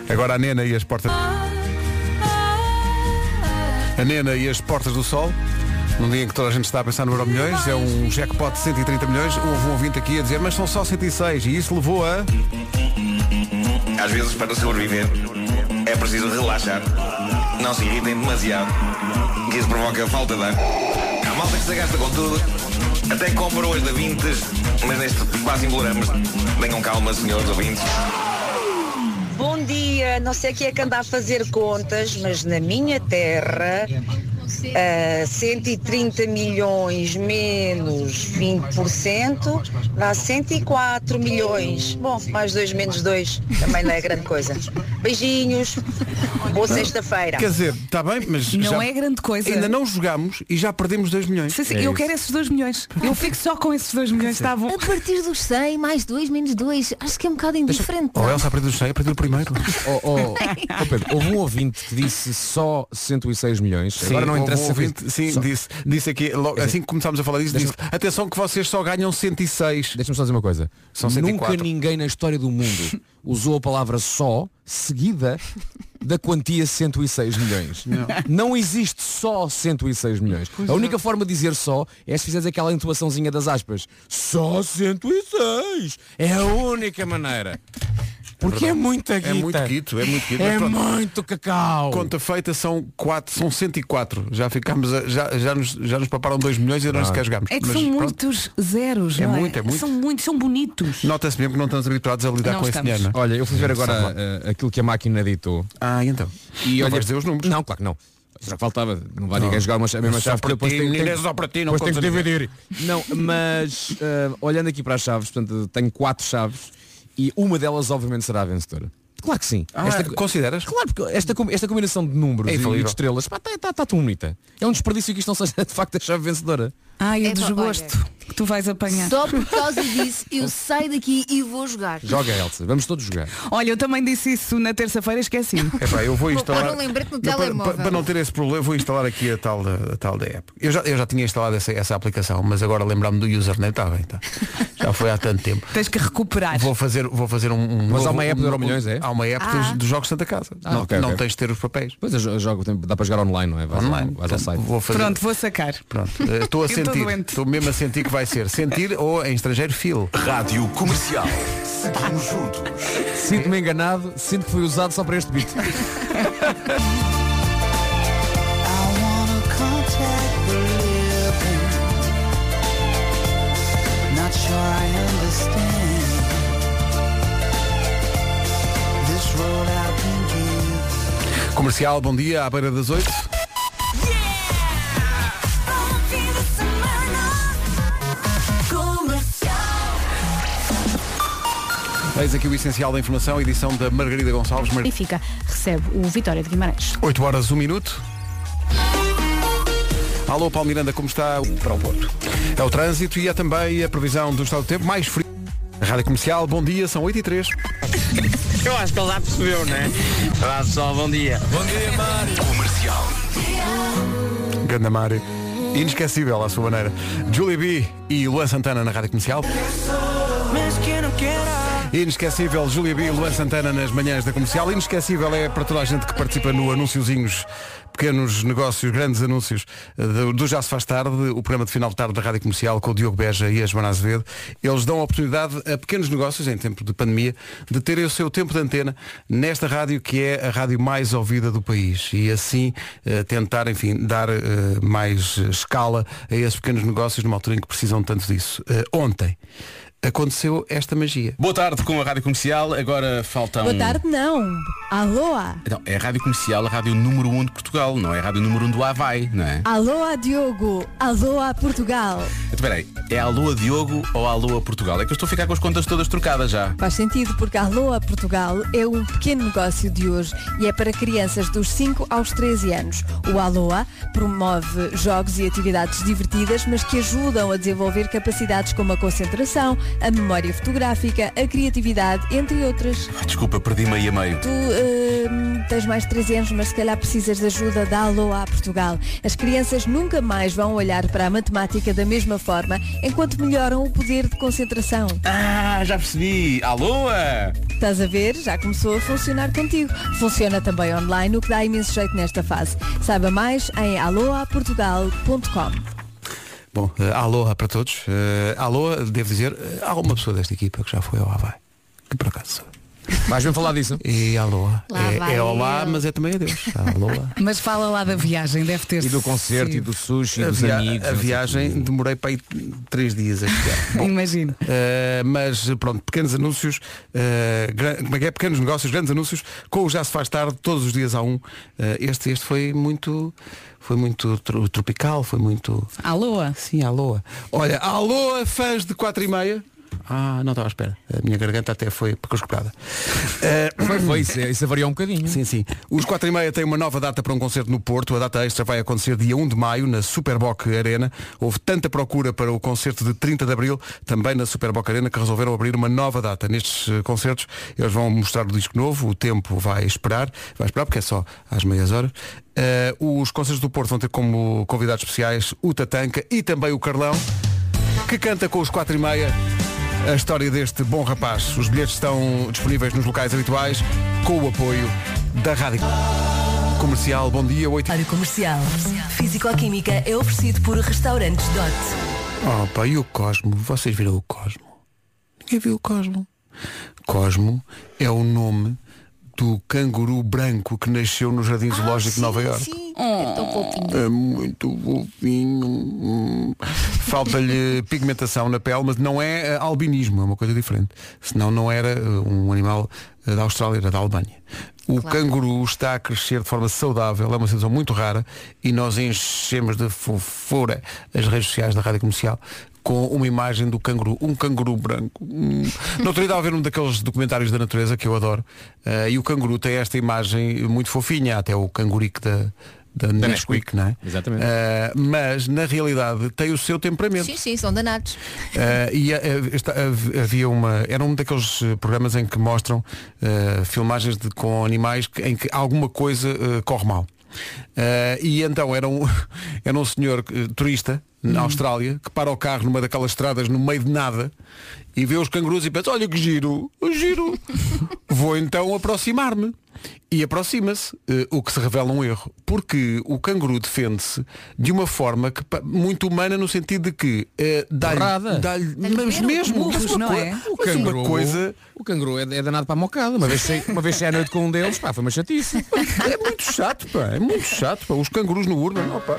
Speaker 1: Agora a Nena e as portas. A Nena e as portas do sol. Num dia em que toda a gente está a pensar no Euro Milhões, é um jackpot de 130 milhões. Houve um ouvinte aqui a dizer, mas são só 106. E isso levou a.
Speaker 10: Às vezes, para sobreviver, é preciso relaxar. Não se irritem demasiado, que isso provoca falta de ar. Há malta que se gasta com tudo, até compra hoje da Vintes, mas neste quase embolamos. Tenham calma, senhores ouvintes.
Speaker 9: Bom dia, não sei quem é que anda a fazer contas, mas na minha terra, ah, 130 milhões menos 20% dá 104 milhões. Bom, mais dois menos dois também não é grande coisa. Beijinhos, boa sexta-feira.
Speaker 1: Quer dizer, está bem, mas.
Speaker 3: Não
Speaker 1: já-
Speaker 3: é grande coisa.
Speaker 1: Ainda não É jogámos e já perdemos 2 milhões.
Speaker 3: Sim, sim, eu quero esses 2 milhões. Eu fico só com esses 2 milhões, está bom.
Speaker 4: A partir dos 100, mais 2, menos 2, acho que é um bocado indiferente.
Speaker 1: Ou
Speaker 4: não?
Speaker 1: Oh, Elsa aprendeu o 100, aprendeu o primeiro.
Speaker 7: Oh, oh, oh, Pedro, houve um ouvinte que disse só 106 milhões. Agora não
Speaker 1: houve
Speaker 7: interessa
Speaker 1: um
Speaker 7: se
Speaker 1: ouvinte, Sim,
Speaker 7: só-
Speaker 1: disse, disse aqui, logo, assim que começámos a falar disso, disse, atenção que vocês só ganham 106.
Speaker 7: Deixa-me só dizer uma coisa.
Speaker 1: São
Speaker 7: Nunca
Speaker 1: 104.
Speaker 7: ninguém na história do mundo usou a palavra só seguida da quantia 106 milhões. Não, existe só 106 milhões.
Speaker 1: é.
Speaker 7: a única forma de dizer só é se fizeres aquela intuaçãozinha das aspas. Só 106! É a única maneira. Porque é muita guita.
Speaker 1: É muito quito, é muito quito.
Speaker 7: É
Speaker 1: mas pronto.
Speaker 7: muito cacau.
Speaker 1: Conta feita são 4, são 104. Já ficámos, a- já, já, nos, já nos paparam 2 milhões e ainda não
Speaker 7: Ah.
Speaker 1: sequer jogámos.
Speaker 3: É que
Speaker 1: Mas
Speaker 3: são
Speaker 1: pronto,
Speaker 3: muitos zeros,
Speaker 1: É
Speaker 3: não
Speaker 1: muito, é muito.
Speaker 3: São muitos, são bonitos.
Speaker 1: Nota-se mesmo que não estamos habituados a lidar
Speaker 3: Não
Speaker 1: com esse
Speaker 3: estamos.
Speaker 1: dinheiro. não é?
Speaker 7: Olha, eu fui ver agora eh, aquilo que a máquina ditou.
Speaker 1: Ah, então.
Speaker 7: E
Speaker 1: não
Speaker 7: olha,
Speaker 1: vais dizer os números.
Speaker 7: Não, claro que não. Será que faltava? Não vai ninguém jogar uma, a mesma chave. porque depois tem-
Speaker 1: é
Speaker 7: tem- depois tem que dividir. Não, mas eh, olhando aqui para as chaves, portanto, tenho quatro chaves e uma delas obviamente será a vencedora. Claro que sim.
Speaker 1: Ah,
Speaker 7: consideras? Claro, porque esta, com- esta combinação de números
Speaker 1: É
Speaker 7: e de
Speaker 1: infalível.
Speaker 7: estrelas está tá, tá tão bonita. É um desperdício que isto não seja de facto a chave vencedora.
Speaker 3: Ai, o
Speaker 4: É, pá,
Speaker 3: desgosto que tu vais apanhar.
Speaker 4: Só por causa disso, eu saio daqui e vou jogar.
Speaker 7: Joga, Elsa. Vamos todos jogar.
Speaker 3: Olha, eu também disse isso na terça-feira, esqueci.
Speaker 1: Epá, eu vou
Speaker 4: Vou
Speaker 1: instalar.
Speaker 4: pôr um lembrete no
Speaker 1: Não, para-
Speaker 4: telemóvel.
Speaker 1: para, para não ter esse problema, vou instalar aqui a tal da, a tal da app. Eu já, eu já tinha instalado essa, essa aplicação, mas agora lembrar-me do username, está bem, tá. Já foi há tanto tempo.
Speaker 3: Tens que recuperar.
Speaker 1: Vou fazer, vou fazer um, um
Speaker 7: Mas
Speaker 1: novo-
Speaker 7: há uma app
Speaker 1: um-
Speaker 7: de Euromilhões, é?
Speaker 1: Há uma app
Speaker 4: Ah.
Speaker 1: dos, dos jogos Santa Casa.
Speaker 7: Ah,
Speaker 1: não
Speaker 7: ok,
Speaker 1: não
Speaker 7: ok.
Speaker 1: tens de ter os papéis.
Speaker 7: Pois eu jo- jogo, tem- dá para jogar online, não é? Vais ao-
Speaker 1: Online.
Speaker 7: vais ao
Speaker 1: Portanto,
Speaker 7: site.
Speaker 1: Vou fazer.
Speaker 3: Pronto, vou sacar.
Speaker 1: Pronto. Eh, Estou
Speaker 3: Eu
Speaker 1: a
Speaker 3: tô
Speaker 1: sentir.
Speaker 3: doente.
Speaker 1: Estou mesmo a sentir que vai ser. Sentir ou em estrangeiro feel.
Speaker 8: Rádio Comercial. Seguimos juntos.
Speaker 7: Sinto-me enganado, sinto que fui usado só para este beat.
Speaker 1: Comercial, bom dia, à beira das oito. Eis aqui o essencial da informação, edição da Margarida Gonçalves. Mar...
Speaker 11: E fica, recebe o Vitória de Guimarães.
Speaker 1: 8 horas, 1 minuto. Alô, Paulo Miranda, como está? Para o Porto. É o trânsito e é também a previsão do estado do tempo mais frio. Rádio Comercial, bom dia, são 8 e 3.
Speaker 2: Eu acho que ele já percebeu, né? Olá pessoal, bom dia.
Speaker 8: Comercial.
Speaker 1: Ganda Mário. Inesquecível à sua maneira. Julie B e Luan Santana na Rádio Comercial. Inesquecível, Júlia B e Luan Santana nas manhãs da comercial. Inesquecível é para toda a gente que participa no anunciozinhos, pequenos negócios, grandes anúncios eh, do, do Já Se Faz Tarde, o programa de final de tarde da Rádio Comercial com o Diogo Beja e a Joana Azevedo. Eles dão a oportunidade a pequenos negócios, em tempo de pandemia, de terem o seu tempo de antena nesta rádio que é a rádio mais ouvida do país e assim eh, tentar, enfim, dar eh, mais eh, escala a esses pequenos negócios numa altura em que precisam tanto disso. Eh, ontem aconteceu esta magia.
Speaker 12: Boa tarde com a Rádio Comercial, agora faltam...
Speaker 11: Boa tarde, não. Aloha.
Speaker 12: Não, é a Rádio Comercial, a Rádio número 1 um de Portugal, não é a Rádio número 1 um do Havaí, não é?
Speaker 11: Aloha, Diogo. Aloha, Portugal.
Speaker 12: Então, peraí, é a Lua Diogo ou a Lua Portugal? É que eu estou a ficar com as contas todas trocadas já.
Speaker 11: Faz sentido porque a Aloha Portugal é um pequeno negócio de hoje e é para crianças dos 5 aos 13 anos. O Aloha promove jogos e atividades divertidas, mas que ajudam a desenvolver capacidades como a concentração, a memória fotográfica, a criatividade, entre outras.
Speaker 12: Ah, Desculpa, perdi-me aí a meio.
Speaker 11: Tu hum, tens mais de 13 anos, mas se calhar precisas de ajuda da Aloha Portugal. As crianças nunca mais vão olhar para a matemática da mesma forma enquanto melhoram o poder de concentração.
Speaker 12: Ah, já percebi. A Lua!
Speaker 11: Estás a ver? Já começou a funcionar contigo. Funciona também online, o que dá imenso jeito nesta fase. Saiba mais em aloaportugal.com.
Speaker 1: Bom, eh, aloha para todos. Eh, aloha, devo dizer, eh, há uma pessoa desta equipa que já foi ao Havaí. Que por acaso sou.
Speaker 7: Vais bem falar disso.
Speaker 1: E aloha.
Speaker 4: Lá
Speaker 1: É,
Speaker 4: vai
Speaker 1: é olá,
Speaker 4: ele.
Speaker 1: mas é também adeus. Aloha.
Speaker 3: Mas fala lá da viagem, deve ter
Speaker 7: E do concerto, e
Speaker 3: sido.
Speaker 7: do sushi, e
Speaker 1: A,
Speaker 7: dos
Speaker 1: via-
Speaker 7: amigos.
Speaker 1: a
Speaker 7: não sei
Speaker 1: viagem
Speaker 7: o quê.
Speaker 1: demorei para ir três dias a chegar. Bom,
Speaker 3: Imagino.
Speaker 1: eh, mas eh, pronto, pequenos anúncios, eh, gran- como é que é? Pequenos negócios, grandes anúncios, com o Já Se Faz Tarde, todos os dias há um. Eh, este, este foi muito, foi muito tro- tropical, foi muito.
Speaker 3: Aloha.
Speaker 1: Sim, aloa. Olha, aloa fãs de 4 e meia. Ah, não estava à espera. A minha garganta até foi percuscada.
Speaker 7: Foi, foi, isso, isso avariou um bocadinho.
Speaker 1: Sim, sim. Os 4 e meia têm uma nova data para um concerto no Porto. A data extra vai acontecer dia 1 de maio na Superboc Arena. Houve tanta procura para o concerto de 30 de abril, também na Superboc Arena, que resolveram abrir uma nova data. Nestes eh, concertos eles vão mostrar o disco novo, o tempo vai esperar, vai esperar porque é só às meias horas. Eh, os concertos do Porto vão ter como convidados especiais o Tatanka e também o Carlão, que canta com os 4 e meia a história deste bom rapaz. Os bilhetes estão disponíveis nos locais habituais com o apoio da Rádio Comercial. Bom dia, 8
Speaker 6: Área comercial. Físico-química é oferecido por restaurantes DOT.
Speaker 1: Oh, pá, e o Cosmo? Vocês viram o Cosmo? Ninguém viu o Cosmo. Cosmo é o nome do canguru branco que nasceu no Jardim Zoológico de Nova Iorque.
Speaker 4: Sim, é tão fofinho.
Speaker 1: É muito fofinho. Hum. Falta-lhe pigmentação na pele, mas não é eh, albinismo, é uma coisa diferente. Senão não era eh, um animal eh, da Austrália, era da Albânia. O canguru está a crescer de forma saudável, é uma situação muito rara e nós enchemos de fofura as redes sociais da Rádio Comercial com uma imagem do canguru, um canguru branco. Hum. Na outra dia estava a ver um daqueles documentários da natureza que eu adoro eh, e o canguru tem esta imagem muito fofinha, até o cangurique da, da, Nesquik, não é?
Speaker 12: Exatamente.
Speaker 1: Eh, mas na realidade tem o seu temperamento.
Speaker 4: Sim, sim, são danados.
Speaker 1: Eh, e eh, esta- hav- havia uma. Era um daqueles eh, programas em que mostram eh, filmagens de- com animais que- em que alguma coisa eh, corre mal. Eh, e então era um, era um senhor eh, turista na Austrália que para o carro numa daquelas estradas no meio de nada e vê os cangurus e pensa, olha que giro, giro, vou então aproximar-me. E aproxima-se, eh, o que se revela um erro, porque o canguru defende-se de uma forma que, pa- muito humana no sentido de que eh, dá-lhe,
Speaker 7: Porrada.
Speaker 1: dá-lhe mas mesmo
Speaker 7: Murros,
Speaker 1: mas uma
Speaker 7: não
Speaker 1: coi-
Speaker 7: é?
Speaker 1: mas uma coisa
Speaker 7: o canguru é, é danado para a mocada. Uma vez, saí- uma vez saí à noite com um deles, pá, foi uma chatice.
Speaker 1: É muito chato, pá, é muito chato, pá. Os cangurus no urna, não, pá.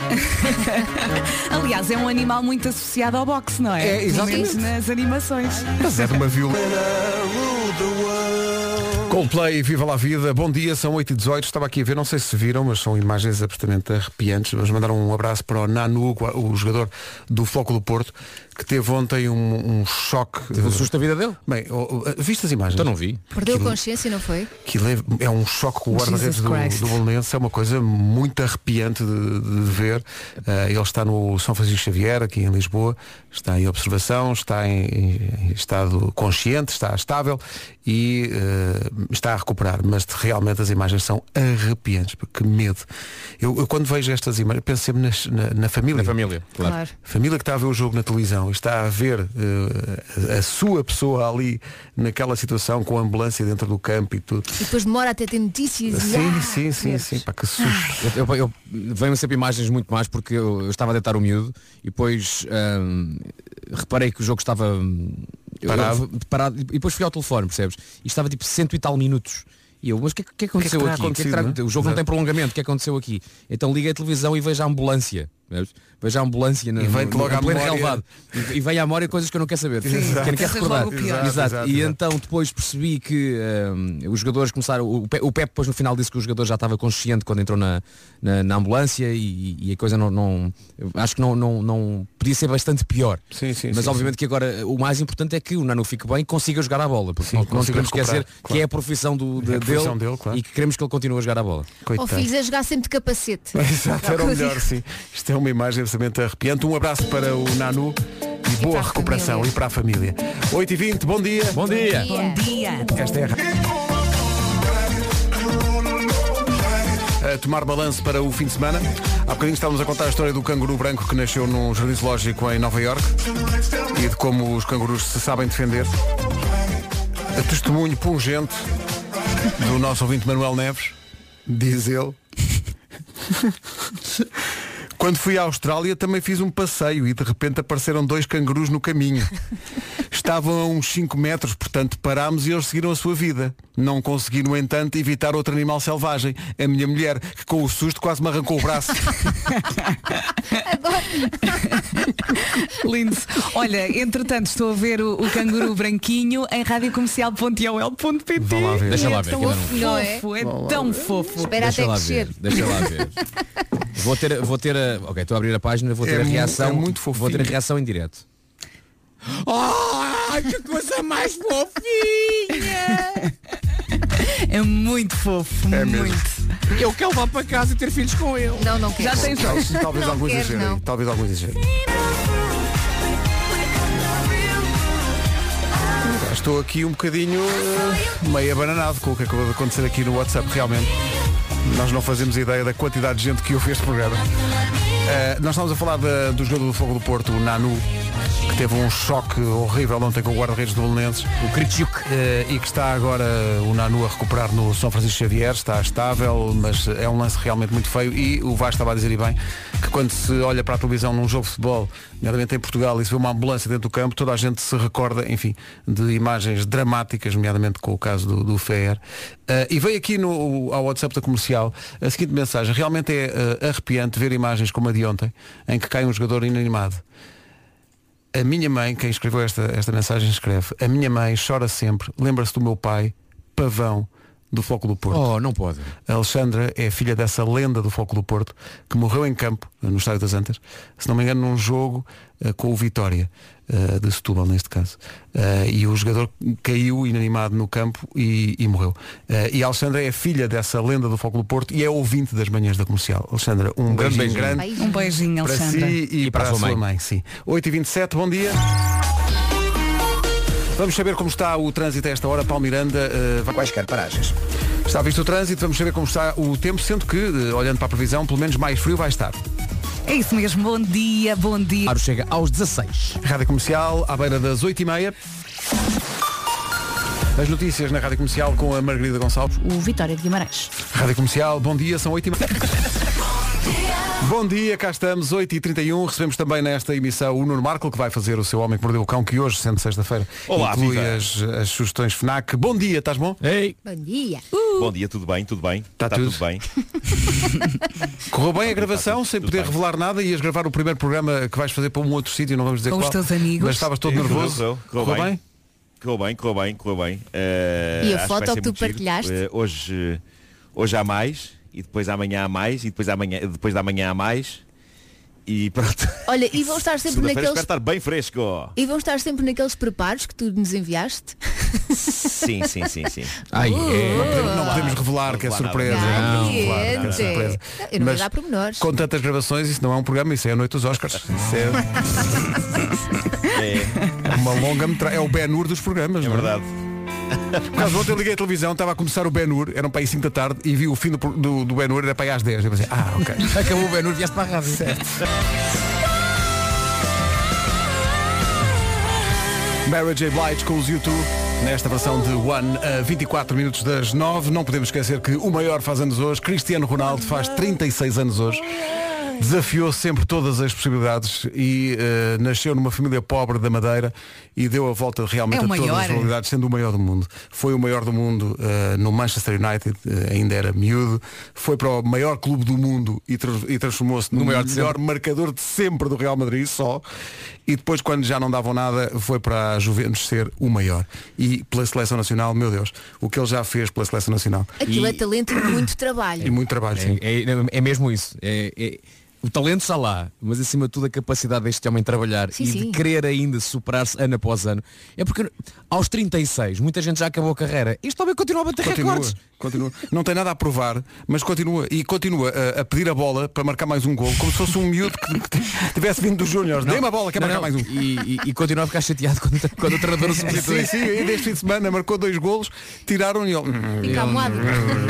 Speaker 3: Aliás, é um animal muito associado ao boxe, não é?
Speaker 1: É, exatamente.
Speaker 3: Pelo menos nas animações.
Speaker 1: Mas é de uma violência. Coldplay, viva lá a vida. Bom dia, são 8h18. Estava aqui a ver, não sei se viram, mas são imagens absolutamente arrepiantes. Vamos mandar um abraço para o Nanu, o jogador do Floco do Porto, que teve ontem um, um choque. Teve
Speaker 7: um susto da vida dele?
Speaker 1: Bem, oh, oh, viste as imagens? Então não
Speaker 7: vi.
Speaker 4: Perdeu a consciência, não foi?
Speaker 1: Aquilo é, é um choque com o
Speaker 4: Jesus
Speaker 1: guarda-redes do,
Speaker 4: Christ.
Speaker 1: do Bolonense, é uma coisa muito arrepiante de, de ver. Eh, ele está no São Francisco Xavier, aqui em Lisboa, está em observação, está em, em estado consciente, está estável e eh, está a recuperar. Mas realmente as imagens são arrepiantes, pá, que medo. Eu, eu quando vejo estas imagens, penso sempre nas- na, na família. Na
Speaker 7: família,
Speaker 4: claro. Claro.
Speaker 1: Família que está a ver o jogo na televisão e está a ver eh, a- a sua pessoa ali naquela situação com a ambulância dentro do campo e tudo.
Speaker 4: E depois demora até ter notícias. e,
Speaker 1: Sim,
Speaker 4: ah,
Speaker 1: sim, sim, sim. Pá, que susto.
Speaker 7: Eu, eu, eu- venho sempre imagens muito mais porque eu, eu estava a deitar o miúdo e depois hum, reparei que o jogo estava hum, eu-
Speaker 1: Parado.
Speaker 7: eu- parado e depois fui ao telefone, percebes? E estava tipo cento e tal minutos. E eu, mas o que, é que- o que é que
Speaker 1: O que é que
Speaker 7: aconteceu
Speaker 1: terá
Speaker 7: aqui? O que é
Speaker 1: acontecido,
Speaker 7: que terá-
Speaker 1: não é?
Speaker 7: O jogo não tem
Speaker 1: Exato.
Speaker 7: prolongamento, o que é que aconteceu aqui? Então liguei a televisão e vejo a ambulância. percebes? Vejo a ambulância na,
Speaker 1: E vem-te
Speaker 7: no- no
Speaker 1: logo à
Speaker 7: pleno
Speaker 1: memória.
Speaker 7: relevado. E, e vem à memória coisas que eu não quero saber.
Speaker 1: Sim,
Speaker 7: que eu não quero
Speaker 1: pensas
Speaker 7: recordar.
Speaker 1: logo o pior.
Speaker 7: Exato,
Speaker 1: Exato,
Speaker 7: E
Speaker 1: exato.
Speaker 7: então depois percebi que hum, os jogadores começaram. O, Pe- o Pepe depois no final disse que o jogador já estava consciente quando entrou na, na, na ambulância e, e a coisa não. não- acho que não, não, não- podia ser bastante pior.
Speaker 1: Sim, sim,
Speaker 7: Mas
Speaker 1: sim,
Speaker 7: obviamente que agora o mais importante é que o Nano fique bem e consiga jogar a bola. Porque
Speaker 1: Sim,
Speaker 7: não, não
Speaker 1: consiga
Speaker 7: podemos
Speaker 1: recuperar,
Speaker 7: esquecer
Speaker 1: claro.
Speaker 7: que é a profissão, do, de-
Speaker 1: É a profissão
Speaker 7: dele,
Speaker 1: dele, claro.
Speaker 7: e que queremos que ele continue a jogar a bola.
Speaker 1: oh,
Speaker 4: Ou Oh, filhos a jogar sempre de capacete.
Speaker 1: Exato, era o melhor, sim. Isto é uma imagem absolutamente arrepiante. Um abraço para o Nanu e boa recuperação e para a família. 8h20, bom dia. Bom
Speaker 7: dia.
Speaker 3: Bom dia.
Speaker 1: Esta é a... a tomar balanço para o fim de semana. Há bocadinho estávamos a contar a história do canguru branco que nasceu num jardim zoológico em Nova York e de como os cangurus se sabem defender. A testemunho pungente do nosso ouvinte Manuel Neves, diz ele. Quando fui à Austrália também fiz um passeio e de repente apareceram dois cangurus no caminho. Estavam a uns 5 metros, portanto parámos e eles seguiram a sua vida. Não consegui, no entanto, evitar outro animal selvagem. A minha mulher, que com o susto quase me arrancou o braço.
Speaker 3: Lindo. Olha, entretanto, estou a ver o, o canguru branquinho em radiocomercial.ol.pt.
Speaker 7: Vá lá ver. Deixa
Speaker 3: E
Speaker 7: lá
Speaker 3: é
Speaker 7: ver,
Speaker 3: tão
Speaker 7: que ainda não
Speaker 3: fofo,
Speaker 7: vi.
Speaker 3: não é? É
Speaker 7: Vá lá
Speaker 3: tão
Speaker 7: ver.
Speaker 3: fofo.
Speaker 7: deixa lá ver, deixa lá ver. Vou ter, vou ter a. Ok, estou a abrir a página, vou ter
Speaker 1: É
Speaker 7: a
Speaker 1: mu-
Speaker 7: reação.
Speaker 1: é muito
Speaker 7: vou ter a
Speaker 1: fofinho.
Speaker 7: reação em direto.
Speaker 6: Ai, que coisa mais fofinha!
Speaker 3: É muito fofo, muito.
Speaker 7: É Eu quero levar para casa e ter filhos com ele.
Speaker 4: Não, não quero.
Speaker 3: Já tens
Speaker 1: Talvez, talvez
Speaker 4: Não
Speaker 1: algum
Speaker 4: quero,
Speaker 1: exagero.
Speaker 4: não.
Speaker 1: aí, Talvez algum exagero. Estou aqui um bocadinho eh, meio abananado com o que acabou de acontecer aqui no WhatsApp, realmente. Nós não fazemos ideia da quantidade de gente que ouve este programa. Eh, nós estamos a falar da- do jogador do Fogo do Porto, o Nanu, que teve um choque horrível ontem com o guarda-redes do Belenenses. O Krichuk. e que está agora o Nanu a recuperar no São Francisco Xavier, está estável, mas é um lance realmente muito feio. E o Vasco estava a dizer e bem que quando se olha para a televisão num jogo de futebol, nomeadamente em Portugal, e se vê uma ambulância dentro do campo, toda a gente se recorda, enfim, de imagens dramáticas, nomeadamente com o caso do, do Fer. Eh, e veio aqui no, ao WhatsApp da comercial a seguinte mensagem. Realmente é eh, arrepiante ver imagens como a de ontem, em que cai um jogador inanimado. A minha mãe, quem escreveu esta, esta mensagem escreve, a minha mãe chora sempre, lembra-se do meu pai, pavão, do Floco do Porto. Oh,
Speaker 7: não pode.
Speaker 1: A Alexandra é filha dessa lenda do Floco do Porto, que morreu em campo, eh, no Estádio das Antas, se não me engano, num jogo eh, com o Vitória, eh, de Setúbal, neste caso. Eh, e o jogador caiu inanimado no campo e, e morreu. Eh, e a Alexandra é filha dessa lenda do Floco do Porto e é ouvinte das manhãs da comercial. Alexandra, um,
Speaker 7: Um grande
Speaker 1: beijinho,
Speaker 7: beijinho.
Speaker 1: grande
Speaker 3: Um beijinho,
Speaker 1: para
Speaker 3: Alexandra.
Speaker 1: si e, para, a sua mãe. sim. 8h27, bom dia. Vamos saber como está o trânsito a esta hora. Paulo Miranda eh, vai... Quaisquer paragens. Está visto o trânsito, vamos saber como está o tempo, sendo que, eh, olhando para a previsão, pelo menos mais frio vai estar.
Speaker 3: É isso mesmo, bom dia, bom dia.
Speaker 7: Claro, chega aos 16.
Speaker 1: Rádio Comercial, à beira das 8h30. As notícias na Rádio Comercial com a Margarida Gonçalves.
Speaker 4: O Vitória de Guimarães.
Speaker 1: Rádio Comercial, bom dia, são 8h30. Bom dia, cá estamos, 8h31. Recebemos também nesta emissão o Nuno Marco, que vai fazer o seu Homem que Mordeu o Cão, que hoje, sendo sexta-feira,
Speaker 13: Olá,
Speaker 1: inclui
Speaker 13: viva.
Speaker 1: as, as sugestões FNAC. Bom dia, estás bom? Ei!
Speaker 4: Bom dia.
Speaker 13: Bom dia, tudo bem? Tudo bem? Está
Speaker 1: Tá tudo.
Speaker 13: bem?
Speaker 1: Correu bem a gravação, sem poder revelar nada, ias gravar o primeiro programa que vais fazer para um outro sítio, não vamos dizer
Speaker 3: Com os
Speaker 1: qual.
Speaker 3: teus amigos.
Speaker 1: Mas estavas todo
Speaker 13: Eh,
Speaker 1: nervoso.
Speaker 13: Correu, correu bem? Correu bem, correu bem, correu bem. Eh,
Speaker 4: E a
Speaker 13: acho
Speaker 4: foto
Speaker 13: vai ser
Speaker 4: que tu
Speaker 13: muito giro.
Speaker 4: partilhaste?
Speaker 13: Eh, hoje, eh, hoje há mais, e depois amanhã há mais, e depois, amanhã, depois da manhã há mais. E pronto.
Speaker 4: Olha, e vão estar sempre
Speaker 13: Segunda-feira
Speaker 4: naqueles.
Speaker 13: espero estar bem fresco.
Speaker 4: E vão estar sempre naqueles preparos que tu nos enviaste.
Speaker 13: Sim, sim, sim, sim.
Speaker 1: Ai, é.
Speaker 6: Uh.
Speaker 1: Não podemos, não podemos revelar que é surpresa.
Speaker 4: nada.
Speaker 1: Não,
Speaker 4: Ai,
Speaker 1: claro, que é
Speaker 4: gente.
Speaker 1: surpresa.
Speaker 4: Eu não vou
Speaker 1: Mas
Speaker 4: dar pormenores.
Speaker 1: Com tantas gravações, isso não é um programa, isso é a noite dos Oscars. Isso é... é uma longa metra... É o Ben Hur dos programas. É verdade. Por causa ontem eu liguei a televisão, estava a começar o Ben Hur, eram para aí 5 da tarde e vi o fim do, pro- do, do Ben Hur, era para aí às 10. Eu pensei, ah, ok.
Speaker 7: Acabou bem, não vieste para a rádio. Certo.
Speaker 1: Mary J. Blige com os YouTube nesta versão de One a 24 minutos das 9. Não podemos esquecer que o maior faz anos hoje. Cristiano Ronaldo faz 36 anos hoje. Desafiou sempre todas as possibilidades e eh, nasceu numa família pobre da Madeira e deu a volta realmente
Speaker 3: É o
Speaker 1: a todas
Speaker 3: maior.
Speaker 1: as realidades, sendo o maior do mundo. Foi o maior do mundo eh, no Manchester United, eh, ainda era miúdo. Foi para o maior clube do mundo e, tra- e transformou-se no,
Speaker 7: No maior
Speaker 1: maior
Speaker 7: de
Speaker 1: melhor
Speaker 7: sempre.
Speaker 1: marcador de sempre do Real Madrid só e depois quando já não davam nada foi para a Juventus ser o maior e pela Seleção Nacional, meu Deus o que ele já fez pela Seleção Nacional
Speaker 4: Aquilo
Speaker 1: e,
Speaker 4: é talento e muito trabalho.
Speaker 1: e muito trabalho sim.
Speaker 7: É, é- é mesmo isso. É- é- o talento está lá, mas acima de tudo a capacidade deste homem trabalhar
Speaker 4: Sim,
Speaker 7: e
Speaker 4: sim.
Speaker 7: de querer ainda superar-se ano após ano. É porque aos 36 muita gente já acabou a carreira. Este homem continua a bater
Speaker 1: continua,
Speaker 7: recordes.
Speaker 1: continua não tem nada a provar mas continua e continua a, a pedir a bola para marcar mais um gol como se fosse um miúdo que, que tivesse vindo dos Júniors dê-me a bola quer
Speaker 7: Não,
Speaker 1: marcar
Speaker 7: não.
Speaker 1: mais um
Speaker 7: E, e- e continua a ficar chateado quando, quando o treinador o substitui.
Speaker 1: sim, sim, ainda este fim de semana marcou dois golos tiraram e ele "Hum,
Speaker 3: Fica amuado.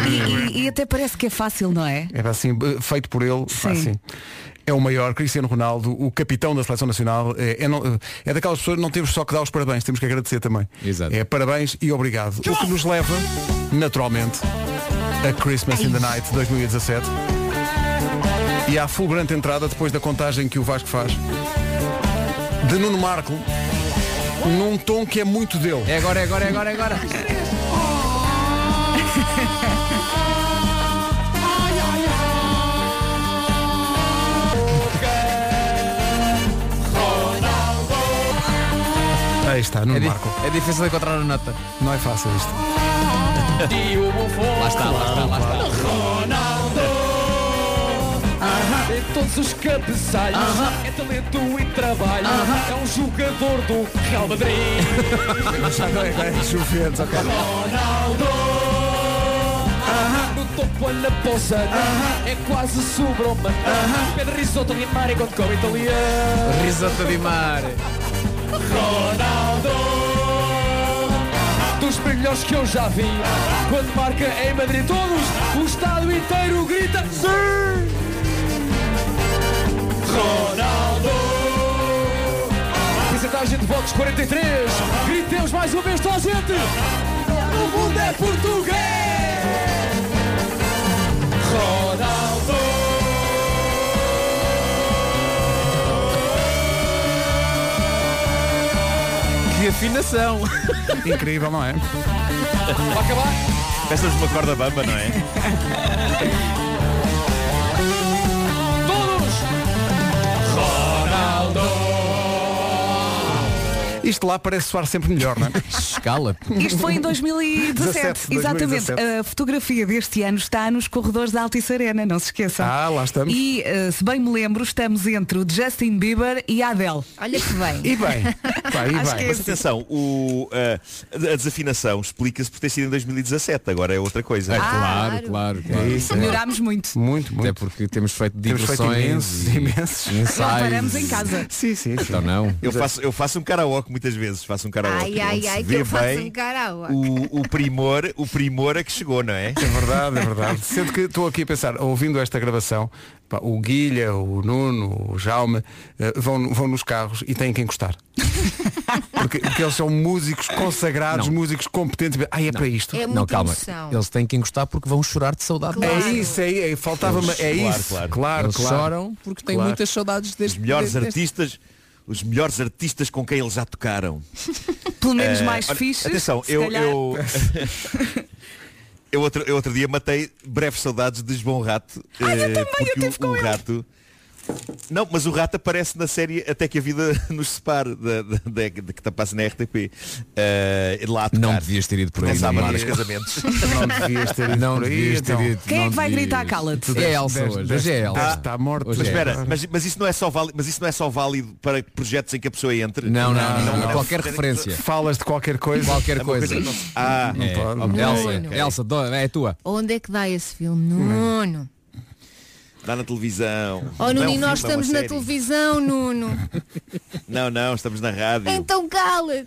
Speaker 3: E, e- e até parece que é fácil, não é?
Speaker 1: Era assim, eh, feito por ele, assim. É o maior, Cristiano Ronaldo, o capitão da Seleção Nacional. É, é não- é daquelas pessoas que não temos só que dar os parabéns, temos que agradecer também. É parabéns e obrigado. O que nos leva, naturalmente, a Christmas in the Night 2017. E à fulgurante entrada, depois da contagem que o Vasco faz, de Nuno Marco, num tom que é muito dele.
Speaker 7: É agora, é agora, é agora, é agora.
Speaker 1: Aí está, Nuno
Speaker 7: É di-
Speaker 1: Marco.
Speaker 7: É difícil encontrar a nota.
Speaker 1: Não é fácil isto.
Speaker 7: Lá está, lá está, lá está.
Speaker 14: Em todos os cabeçalhos É talento e trabalho É um jogador do Real Madrid
Speaker 1: Já não é, é Juventus, ok.
Speaker 14: Ronaldo No topo a Naposa É quase sobroma Pedro Risotto di Mare Quando come italiano
Speaker 7: Risotto di Mare
Speaker 14: Ronaldo Dos melhores que eu já vi Quando marca em Madrid Todos, o estado inteiro grita Sim! Ronaldo Percentagem de votos 43 Gritemos mais uma vez toda a gente O mundo é português Ronaldo
Speaker 7: Que afinação!
Speaker 1: Incrível, não é?
Speaker 14: Vai acabar?
Speaker 13: Peças uma corda bamba, não é?
Speaker 14: Todos! Ronaldo
Speaker 1: E Isto lá parece soar sempre melhor, não é?
Speaker 7: Escala.
Speaker 3: Isto foi em 2017.
Speaker 1: 17,
Speaker 3: Exatamente.
Speaker 1: 2017.
Speaker 3: A fotografia deste ano está nos corredores da Altice Arena, não se esqueçam.
Speaker 1: Ah, lá estamos.
Speaker 3: E, eh, se bem me lembro, estamos entre o Justin Bieber e a Adele.
Speaker 4: Olha que bem.
Speaker 1: E bem. Pá, e bem.
Speaker 4: é
Speaker 13: Mas atenção, o, uh, a desafinação explica-se por ter sido em 2017, agora é outra coisa.
Speaker 7: É, claro, claro, claro.
Speaker 13: É.
Speaker 3: Melhorámos é. muito.
Speaker 1: Muito,
Speaker 7: muito. Até porque temos feito
Speaker 1: Temos feito
Speaker 7: digressões.
Speaker 1: imensos,
Speaker 7: e
Speaker 1: imensos.
Speaker 7: ensaios.
Speaker 3: Não paramos em casa.
Speaker 1: Sim, sim.
Speaker 7: Então não.
Speaker 13: Eu faço, eu faço um karaoke muitas vezes, faço um
Speaker 4: Ai,
Speaker 13: karaoke.
Speaker 4: ai, ai, que
Speaker 13: Vê
Speaker 4: eu faço
Speaker 13: bem
Speaker 4: um karaoke.
Speaker 13: o, o primor, o primor a que chegou, não é?
Speaker 1: É verdade, é verdade. Sendo que estou aqui a pensar, ouvindo esta gravação, pá, o Guilha, o Nuno, o Jaume, eh, vão, vão nos carros e têm que encostar. Porque, porque eles são músicos consagrados, músicos competentes. Ah, é para isto.
Speaker 4: É
Speaker 7: não,
Speaker 4: muita
Speaker 7: calma.
Speaker 4: emoção.
Speaker 7: Eles têm que encostar porque vão chorar de saudade.
Speaker 4: Claro.
Speaker 1: É isso, é, é faltava-me. É
Speaker 13: Eles-
Speaker 1: isso. Claro,
Speaker 13: claro, claro.
Speaker 1: claro.
Speaker 7: Eles choram porque têm
Speaker 1: Claro.
Speaker 7: muitas saudades
Speaker 13: Os
Speaker 7: deste
Speaker 13: melhores
Speaker 7: deste-
Speaker 13: artistas, os melhores artistas com quem eles já tocaram.
Speaker 3: Pelo menos
Speaker 13: Eh,
Speaker 3: mais
Speaker 13: olha,
Speaker 3: fixes.
Speaker 13: Atenção,
Speaker 3: se
Speaker 13: eu,
Speaker 3: calhar.
Speaker 13: eu, eu, outro, eu outro dia matei breves saudades de João Rato.
Speaker 3: Ai, eu
Speaker 13: eh,
Speaker 3: também, eu
Speaker 13: porque
Speaker 3: tive
Speaker 13: o,
Speaker 3: com
Speaker 13: o
Speaker 3: ele.
Speaker 13: rato. Não, mas o rato aparece na série Até que a vida nos separe da, da, da- da que tá passa na RTP. Eh, lá a tocar.
Speaker 7: Não devias ter ido por aí.
Speaker 13: Nessa
Speaker 7: não,
Speaker 13: amarra dos
Speaker 7: Marco.
Speaker 13: casamentos.
Speaker 1: Não devias ter ido
Speaker 7: Não
Speaker 1: por aí,
Speaker 7: devias ter
Speaker 1: então. Ah,
Speaker 7: ido.
Speaker 3: Quem é
Speaker 7: não
Speaker 3: que vai
Speaker 7: devias.
Speaker 3: gritar cala-te?
Speaker 7: É a Elsa
Speaker 1: Deste-
Speaker 7: hoje.
Speaker 1: deste-
Speaker 7: Hoje é a
Speaker 1: deste
Speaker 7: Elsa.
Speaker 1: Está morto.
Speaker 7: Hoje
Speaker 13: Mas
Speaker 7: é.
Speaker 13: espera, mas, mas isso não é só válido, mas isso não é só válido para projetos em que a pessoa entre.
Speaker 7: Não, não, não, não.
Speaker 13: é
Speaker 7: Qualquer referência.
Speaker 1: Falas de qualquer coisa.
Speaker 7: Qualquer
Speaker 13: É uma coisa
Speaker 7: coisa.
Speaker 13: que não se- Ah,
Speaker 1: Não pode, não
Speaker 7: É.
Speaker 1: pode.
Speaker 7: Elsa,
Speaker 4: Nuno.
Speaker 7: Elsa, dó- é a tua.
Speaker 4: Onde é que dá esse filme? Nuno.
Speaker 13: dá na televisão.
Speaker 4: Oh,
Speaker 13: Não
Speaker 4: Nuno,
Speaker 13: é um
Speaker 4: e
Speaker 13: filme,
Speaker 4: nós
Speaker 13: é uma
Speaker 4: estamos na
Speaker 13: série.
Speaker 4: televisão, Nuno.
Speaker 13: Não, não, estamos na rádio.
Speaker 4: Então cala-te.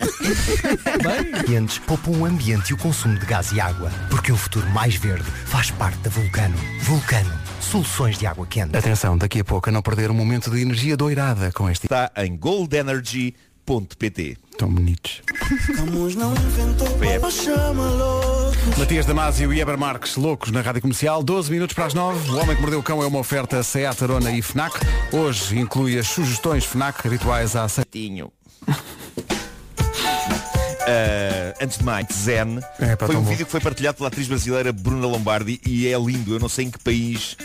Speaker 15: Ambientes poupam o Um ambiente e o consumo de gás e água, porque o futuro mais verde faz parte da Vulcano. Vulcano, soluções de água quente.
Speaker 1: Atenção, daqui a pouco a não perder um momento de energia doirada com este.
Speaker 13: Está em goldenergy.pt.
Speaker 1: Tão bonitos. Matias Damasio e Eber Marques, loucos na Rádio Comercial, 12 minutos para as 9. O Homem que Mordeu o Cão é uma oferta Seat Arona e FNAC. Hoje inclui as sugestões FNAC rituais à sexta.
Speaker 13: Tinho. Ah, antes de mais, Zen
Speaker 1: É, pá,
Speaker 13: foi
Speaker 1: tão
Speaker 13: um
Speaker 1: bom.
Speaker 13: vídeo que foi partilhado pela atriz brasileira Bruna Lombardi e é lindo. Eu não sei em que país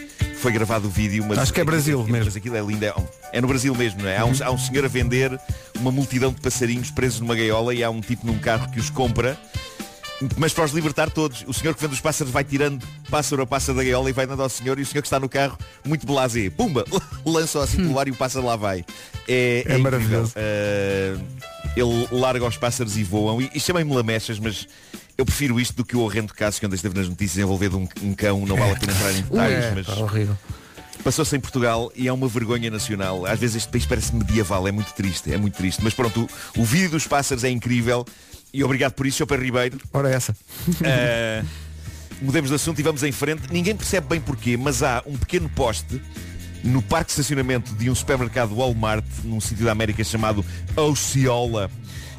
Speaker 13: foi gravado o vídeo, mas
Speaker 1: Acho que é Brasil
Speaker 13: mas
Speaker 1: mesmo.
Speaker 13: Mas aquilo é lindo. É, é no Brasil mesmo, não é? Há um, há um senhor a vender uma multidão de passarinhos presos numa gaiola e há um tipo num carro que os compra. Mas para os libertar todos, o senhor que vende os pássaros vai tirando pássaro a pássaro da gaiola e vai dando ao senhor e o senhor que está no carro, muito blasé, pumba, lança-o assim pelo ar e o pássaro lá vai. É,
Speaker 1: É
Speaker 13: incrível.
Speaker 1: maravilhoso.
Speaker 13: Uh, ele larga os pássaros e voam. E, e chamem-me lamechas, mas eu prefiro isto do que o horrendo caso que ontem esteve nas notícias envolvendo um, um cão. Não vale a pena entrar em detalhes,
Speaker 1: É,
Speaker 13: mas
Speaker 1: pá, horrível.
Speaker 13: passou-se em Portugal e é uma vergonha nacional. Às vezes este país parece medieval, é muito triste, é muito triste. Mas pronto, o, o vídeo dos pássaros é incrível. E obrigado por isso, Sr. Pedro Ribeiro.
Speaker 1: Ora essa.
Speaker 13: Uh, mudemos de assunto e vamos em frente. Ninguém percebe bem porquê, mas há um pequeno poste no parque de estacionamento de um supermercado Walmart, num sítio da América chamado Osceola.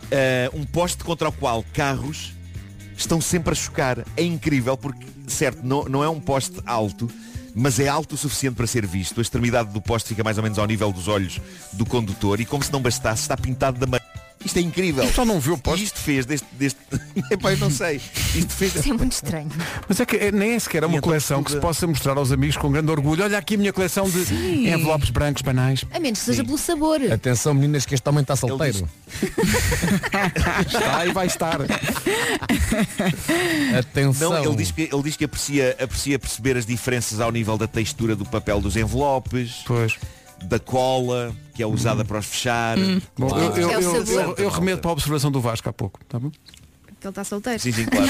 Speaker 13: Uh, um poste contra o qual carros estão sempre a chocar. É incrível porque, certo, não, não é um poste alto, mas é alto o suficiente para ser visto. A extremidade do poste fica mais ou menos ao nível dos olhos do condutor e como se não bastasse, está pintado da maneira. Isto é incrível.
Speaker 1: Só não viu o
Speaker 13: E
Speaker 1: poste.
Speaker 13: isto fez deste... deste... Epá, eu não sei. Isto fez...
Speaker 4: Isso é muito estranho.
Speaker 1: Mas é que é- nem é sequer é
Speaker 13: E
Speaker 1: uma
Speaker 13: então
Speaker 1: coleção que se
Speaker 13: tudo-
Speaker 1: possa mostrar aos amigos com grande orgulho. Olha aqui a minha coleção de
Speaker 3: Sim.
Speaker 1: envelopes brancos banais.
Speaker 4: A menos que seja pelo sabor.
Speaker 7: Atenção meninas que este homem está
Speaker 13: Ele
Speaker 7: solteiro.
Speaker 1: Está e Tá, vai estar.
Speaker 7: Atenção.
Speaker 13: Não, ele diz que, ele diz que aprecia, aprecia perceber as diferenças ao nível da textura do papel dos envelopes,
Speaker 1: Pois.
Speaker 13: da cola, que é usada para os fechar.
Speaker 1: Bom, eu, eu,
Speaker 4: É o
Speaker 1: eu-
Speaker 4: sabor.
Speaker 1: eu- eu remeto para a observação do Vasco há pouco. Tá bom?
Speaker 4: Porque ele está solteiro.
Speaker 13: Sim, sim, claro.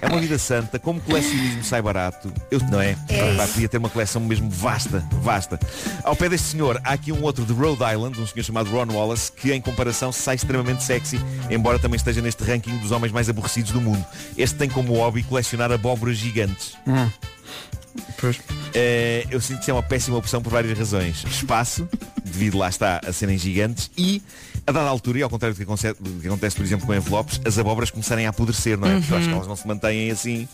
Speaker 13: é uma vida santa, como colecionismo sai barato, eu, não é?
Speaker 4: É
Speaker 13: Pá,
Speaker 4: isso.
Speaker 13: podia ter uma coleção mesmo vasta, vasta. Ao pé deste senhor, há aqui um outro de Rhode Island, um senhor chamado Ron Wallace, que em comparação sai extremamente sexy, embora também esteja neste ranking dos homens mais aborrecidos do mundo. Este tem como hobby colecionar abóboras gigantes.
Speaker 1: Pois.
Speaker 13: Eh, eu sinto que é uma péssima opção por várias razões. Espaço, devido lá está a serem gigantes, e a dada altura, e ao contrário do que, aconse- do que acontece, por exemplo, com envelopes, as abóboras começarem a apodrecer, não é? Porque eu acho que elas não se mantêm assim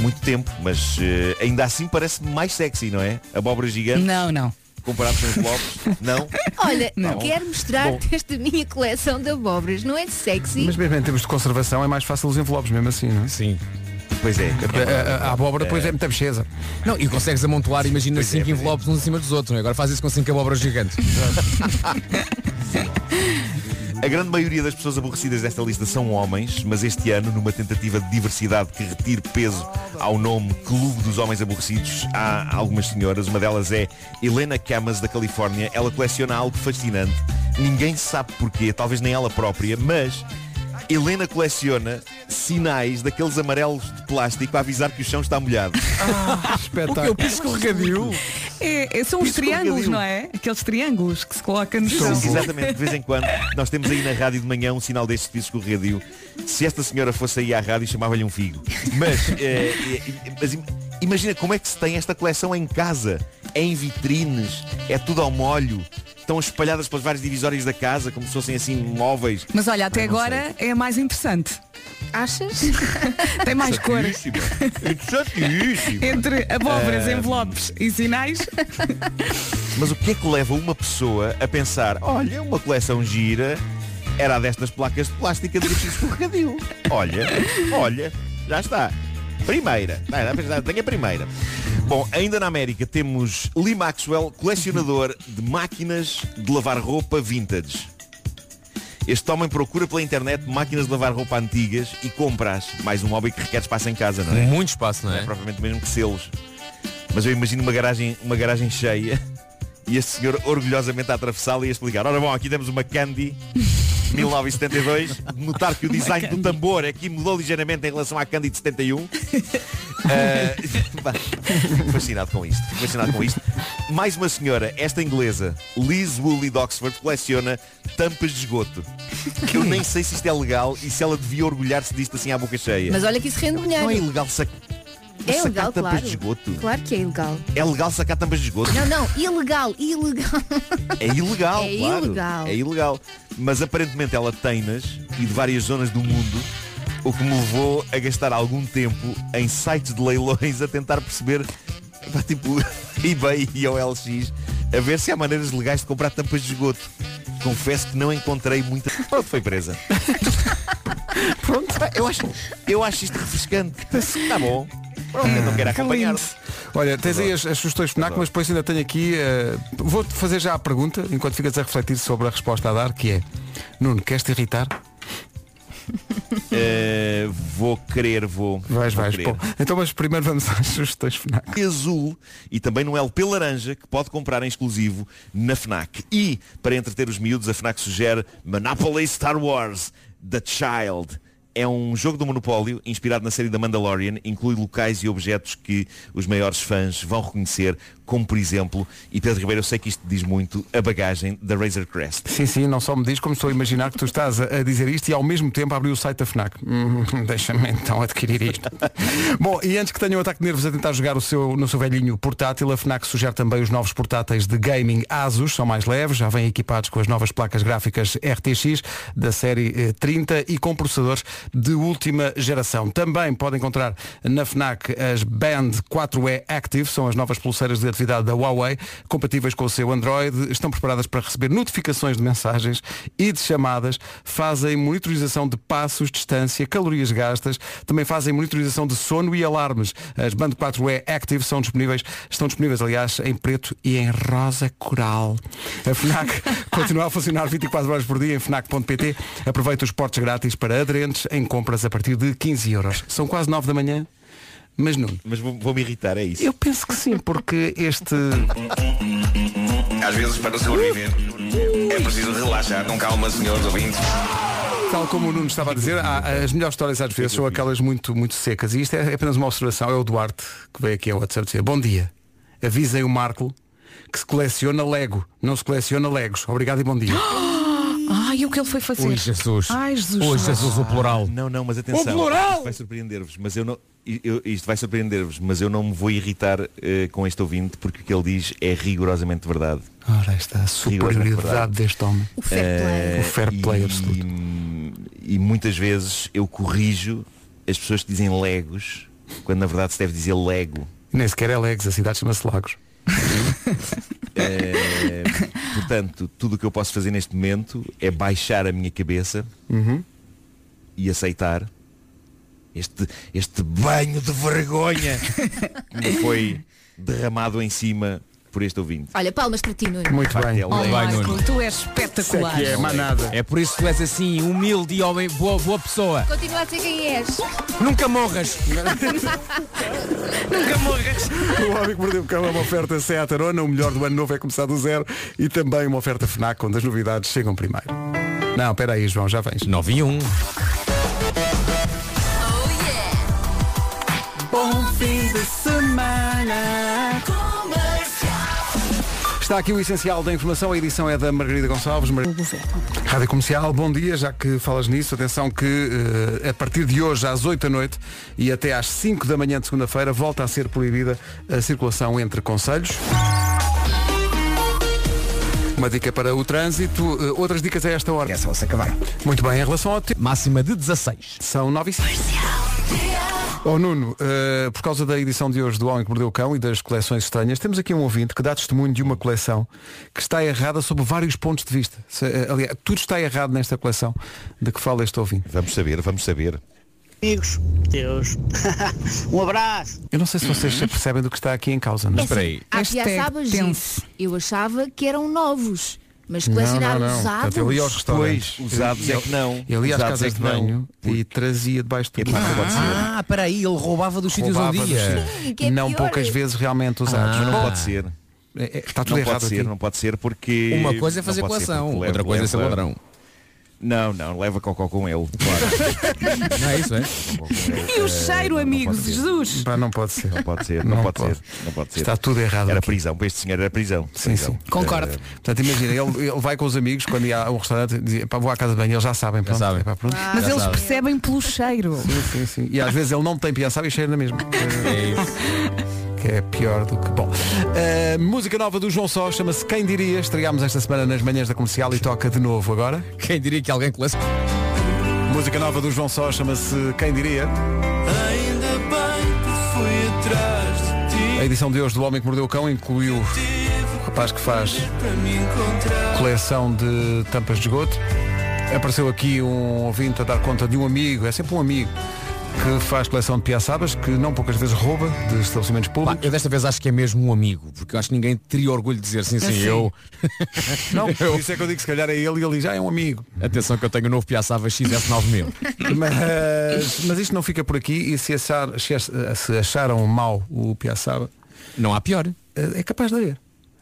Speaker 13: muito tempo, mas eh, ainda assim parece mais sexy, não é? Abóboras gigantes
Speaker 3: Não, não.
Speaker 13: comparado com envelopes, não?
Speaker 4: Olha,
Speaker 13: Não.
Speaker 4: quero mostrar-te esta minha coleção de abóboras. Não é sexy?
Speaker 1: Mas mesmo em termos de conservação é mais fácil os envelopes, mesmo assim, não é?
Speaker 7: Sim.
Speaker 13: Pois é.
Speaker 1: Porque a, a- a abóbora depois é muita mexeza.
Speaker 7: Não, e consegues amontoar, imagina,
Speaker 13: Pois é,
Speaker 7: cinco
Speaker 13: pois é.
Speaker 7: envelopes uns em cima dos outros, não é? Agora faz isso com cinco abóboras gigantes.
Speaker 13: A grande maioria das pessoas aborrecidas desta lista são homens, mas este ano, numa tentativa de diversidade que retire peso ao nome Clube dos Homens Aborrecidos, há algumas senhoras. Uma delas é Helena Camas, da Califórnia. Ela coleciona algo fascinante. Ninguém sabe porquê, talvez nem ela própria, mas Helena coleciona sinais daqueles amarelos de plástico a avisar que o chão está molhado.
Speaker 1: espetáculo.
Speaker 7: O que eu piso escorregadio.
Speaker 3: É, é- são os
Speaker 13: Isso
Speaker 3: triângulos,
Speaker 13: nunca digo.
Speaker 3: não é? Aqueles triângulos que se colocam no
Speaker 13: Sim,
Speaker 3: chão.
Speaker 13: exatamente, de vez em quando nós temos aí na rádio de manhã um sinal deste serviço com o radio. Se esta senhora fosse aí à rádio chamava-lhe um figo. Mas, eh, eh, mas im- imagina como é que se tem esta coleção em casa, é em vitrines, é tudo ao molho, estão espalhadas pelas várias divisórias da casa, como se fossem assim móveis.
Speaker 3: Mas olha, até
Speaker 13: Eu não
Speaker 3: agora é a mais interessante. Achas? Tem mais
Speaker 13: é
Speaker 3: cor.
Speaker 13: Interessantíssimo. Interessantíssimo.
Speaker 3: Entre abóboras,
Speaker 13: Ah,
Speaker 3: envelopes e sinais.
Speaker 13: Mas o que é que leva uma pessoa a pensar, olha, uma coleção gira era a destas placas de plástica de bicho escorregadio. Olha, olha, já está. Primeira. Não, não, já Tenho a primeira. Bom, ainda na América temos Lee Maxwell, colecionador de máquinas de lavar roupa vintage. Este homem procura pela internet máquinas de lavar roupa antigas e compras. Mais um hobby que requer espaço em casa, não é?
Speaker 7: Muito espaço, não é?
Speaker 13: é propriamente mesmo que selos. Mas eu imagino uma garagem, uma garagem cheia e este senhor orgulhosamente a atravessá-la e a explicar. Ora bom, aqui temos uma Candy 1972. De Notar que o design do tambor aqui mudou ligeiramente em relação à Candy de 71. Ah, pá, fico fascinado com isto. Fico fascinado com isto. Mais uma senhora, esta inglesa, Liz Woolley de Oxford, coleciona tampas de esgoto. Eu nem sei se isto é legal e se ela devia orgulhar-se disto assim à boca cheia.
Speaker 4: Mas olha que isso rende dinheiro.
Speaker 13: Não é ilegal sac...
Speaker 4: É
Speaker 13: sacar
Speaker 4: ilegal,
Speaker 13: tampas
Speaker 4: claro.
Speaker 13: de esgoto.
Speaker 4: Claro que é ilegal.
Speaker 13: É legal sacar tampas de esgoto?
Speaker 4: Não, não, ilegal, ilegal.
Speaker 13: É ilegal,
Speaker 4: É
Speaker 13: claro.
Speaker 4: ilegal.
Speaker 13: É ilegal. Mas aparentemente ela tem-nas e de várias zonas do mundo, o que me levou a gastar algum tempo em sites de leilões a tentar perceber, pá, tipo, eBay e OLX, a ver se há maneiras legais de comprar tampas de esgoto. Confesso que não encontrei muita. Pronto, foi presa. Pronto, eu acho, eu acho isto refrescante. Está bom. Pronto, eu não quero acompanhar.
Speaker 1: Olha, tens aí as, as sugestões FNAC, mas depois ainda tenho aqui. eh, Vou-te fazer já a pergunta, enquanto ficas a refletir sobre a resposta a dar, que é Nuno, queres-te irritar?
Speaker 13: Eh, vou querer, vou.
Speaker 1: Vais,
Speaker 13: vou
Speaker 1: vais.
Speaker 13: querer.
Speaker 1: Bom, então mas primeiro vamos às sugestões FNAC.
Speaker 13: azul e também num LP laranja que pode comprar em exclusivo na FNAC. E, para entreter os miúdos, a FNAC sugere Monopoly Star Wars The Child. É um jogo do Monopólio inspirado na série da Mandalorian, inclui locais e objetos que os maiores fãs vão reconhecer, como por exemplo, e Pedro Ribeiro, eu sei que isto diz muito, a bagagem da Razor Crest.
Speaker 1: Sim, sim, não só me diz, como estou a imaginar que tu estás a, a dizer isto e ao mesmo tempo abrir o site da FNAC. Hum, Deixa-me então adquirir isto. Bom, e antes que tenham um ataque de nervos a tentar jogar o seu, no seu velhinho portátil, a FNAC sugere também os novos portáteis de gaming ASUS, são mais leves, já vêm equipados com as novas placas gráficas RTX da série eh, 30 e com processadores de última geração. Também podem encontrar na FNAC as Band 4E Active, são as novas pulseiras de atividade da Huawei, compatíveis com o seu Android, estão preparadas para receber notificações de mensagens e de chamadas, fazem monitorização de passos, distância, calorias gastas, também fazem monitorização de sono e alarmes. As Band 4E Active são disponíveis, estão disponíveis, aliás, em preto e em rosa coral. A FNAC continua a funcionar 24 horas por dia em FNAC.pt. Aproveita os portes grátis para aderentes em compras a partir de 15 euros. São quase 9 da manhã, mas não.
Speaker 13: Mas vou- vou-me irritar, é isso.
Speaker 1: Eu penso que sim, porque este.
Speaker 10: Às vezes, para sobreviver, é preciso relaxar. Com calma, senhores ouvintes.
Speaker 1: Tal como o Nuno estava a dizer, há- as melhores histórias às vezes são aquelas muito, muito secas. E isto é apenas uma observação. É o Duarte que veio aqui ao WhatsApp dizer Bom dia, avisem o Marco que se coleciona Lego, não se coleciona Legos. Obrigado e bom dia.
Speaker 3: Ai, o que ele foi fazer?
Speaker 13: Ui, Jesus.
Speaker 3: Ai, Jesus.
Speaker 13: o plural. Não, não, mas atenção.
Speaker 3: O plural!
Speaker 13: Isto vai surpreender-vos, mas eu não. eu- isto vai surpreender-vos, mas eu não me vou irritar eh, com este ouvinte, porque o que ele diz é rigorosamente verdade.
Speaker 1: Ora, esta
Speaker 13: Rigorosamente
Speaker 1: superioridade deste homem. O fair play. O fair play
Speaker 13: e,
Speaker 1: absoluto.
Speaker 13: E muitas vezes eu corrijo as pessoas que dizem Legos, quando na verdade se deve dizer Lego.
Speaker 1: Nem sequer é Legos, a cidade chama-se Lagos.
Speaker 13: Eh, portanto, tudo o que eu posso fazer neste momento é baixar a minha cabeça e aceitar este, este banho de vergonha que me foi derramado em cima por este ouvinte.
Speaker 4: Olha, palmas para ti, Nuno.
Speaker 13: Muito bem.
Speaker 4: Oh, Marco, tu és espetacular.
Speaker 7: É por isso que tu és assim, humilde e homem, boa, boa pessoa.
Speaker 4: Continua a ser quem és.
Speaker 7: Nunca morras.
Speaker 1: Nunca morras. O Homem que Mordeu o Cão é uma oferta Seat Arona, o melhor do ano novo é começar do zero e também uma oferta FNAC, onde as novidades chegam primeiro. Não, espera aí, João, já vens.
Speaker 7: 9 e 1.
Speaker 6: Bom Um fim de semana.
Speaker 1: Está aqui o essencial da informação, a edição é da Margarida Gonçalves. Mar... Rádio Comercial, bom dia, já que falas nisso, atenção que eh, a partir de hoje às 8 da noite e até às 5 da manhã de segunda-feira volta a ser proibida a circulação entre conselhos. Uma dica para o trânsito, eh, outras dicas a esta hora. É só se acabar. Muito bem, em relação ao tempo.
Speaker 7: Máxima de 16.
Speaker 1: São 9 e 6. Oh Nuno, eh, por causa da edição de hoje do Homem que Mordeu o Cão e das coleções estranhas, temos aqui um ouvinte que dá testemunho de uma coleção que está errada sob vários pontos de vista. Se, eh, aliás, tudo está errado nesta coleção de que fala este ouvinte.
Speaker 13: Vamos saber, vamos saber.
Speaker 2: Amigos, Deus. um abraço.
Speaker 1: Eu não sei se vocês
Speaker 2: Uhum.
Speaker 1: percebem do que está aqui em causa, não é?
Speaker 4: É assim, Há que já sabes isso. Eu achava que eram novos. Mas
Speaker 1: Não,
Speaker 4: colecionar
Speaker 1: não, não.
Speaker 4: usados.
Speaker 1: Portanto, eu ia aos restaurantes.
Speaker 13: Pois, usados é que não.
Speaker 1: Eu ia às
Speaker 13: Usados
Speaker 1: casas
Speaker 13: é
Speaker 1: de
Speaker 13: que não.
Speaker 1: banho e trazia debaixo
Speaker 13: É
Speaker 1: de tudo.
Speaker 7: Ah, peraí, ele roubava dos sítios
Speaker 1: Roubava dos
Speaker 7: onde ia.
Speaker 1: sítios. um Sim, que é Não pior. poucas vezes realmente usados.
Speaker 13: usados. Mas não
Speaker 1: Ah.
Speaker 13: pode ser.
Speaker 1: Está tudo
Speaker 13: não
Speaker 1: errado
Speaker 13: pode ser,
Speaker 1: aqui.
Speaker 13: não pode ser porque.
Speaker 7: Uma coisa é fazer
Speaker 13: não pode ser,
Speaker 7: coleção,
Speaker 13: porque leva-
Speaker 7: outra coisa é ser
Speaker 13: leva-
Speaker 7: ladrão.
Speaker 13: Não, não, leva cocó com ele.
Speaker 7: Não é isso, é?
Speaker 3: E o cheiro, amigos, Jesus.
Speaker 1: não pode ser.
Speaker 13: Não pode ser, não, pode, ser. Não pode ser.
Speaker 1: Está tudo errado.
Speaker 13: Era prisão, para este senhor era prisão.
Speaker 1: Sim, sim.
Speaker 13: Concordo.
Speaker 1: Portanto, imagina, ele, ele vai com os amigos, quando ia a um restaurante, dizia, pá, vou à casa de banho, eles já sabem. Pronto, sabem. pronto.
Speaker 3: Mas eles percebem pelo cheiro.
Speaker 1: Sim, sim, sim. E às vezes ele não tem piada, sabe? E cheira na mesma. É isso. Que é pior do que. Bom. Uh, música nova do João Só chama-se Quem Diria. Estreámos esta semana nas manhãs da comercial e toca de novo agora.
Speaker 7: Quem diria que alguém colece.
Speaker 1: Música nova do João Só chama-se Quem Diria.
Speaker 6: Ainda bem que fui atrás de ti.
Speaker 1: A edição de hoje do Homem que Mordeu o Cão incluiu o rapaz que faz coleção de tampas de esgoto. Apareceu aqui um ouvinte a dar conta de um amigo, é sempre um amigo, que faz coleção de piaçabas, que não poucas vezes rouba de estabelecimentos públicos.
Speaker 7: Eu desta vez acho que é mesmo um amigo, porque eu acho que ninguém teria orgulho de dizer sim, sim,
Speaker 1: Assim.
Speaker 7: eu.
Speaker 1: Não, por isso é que eu digo que se calhar é ele e ele já é um amigo.
Speaker 7: Atenção que eu tenho o novo Piaçava XF9000.
Speaker 1: Mas, mas isto não fica por aqui e se, achar- se ach- se acharam mal o Piaçaba.
Speaker 7: Não há pior.
Speaker 1: É capaz de haver.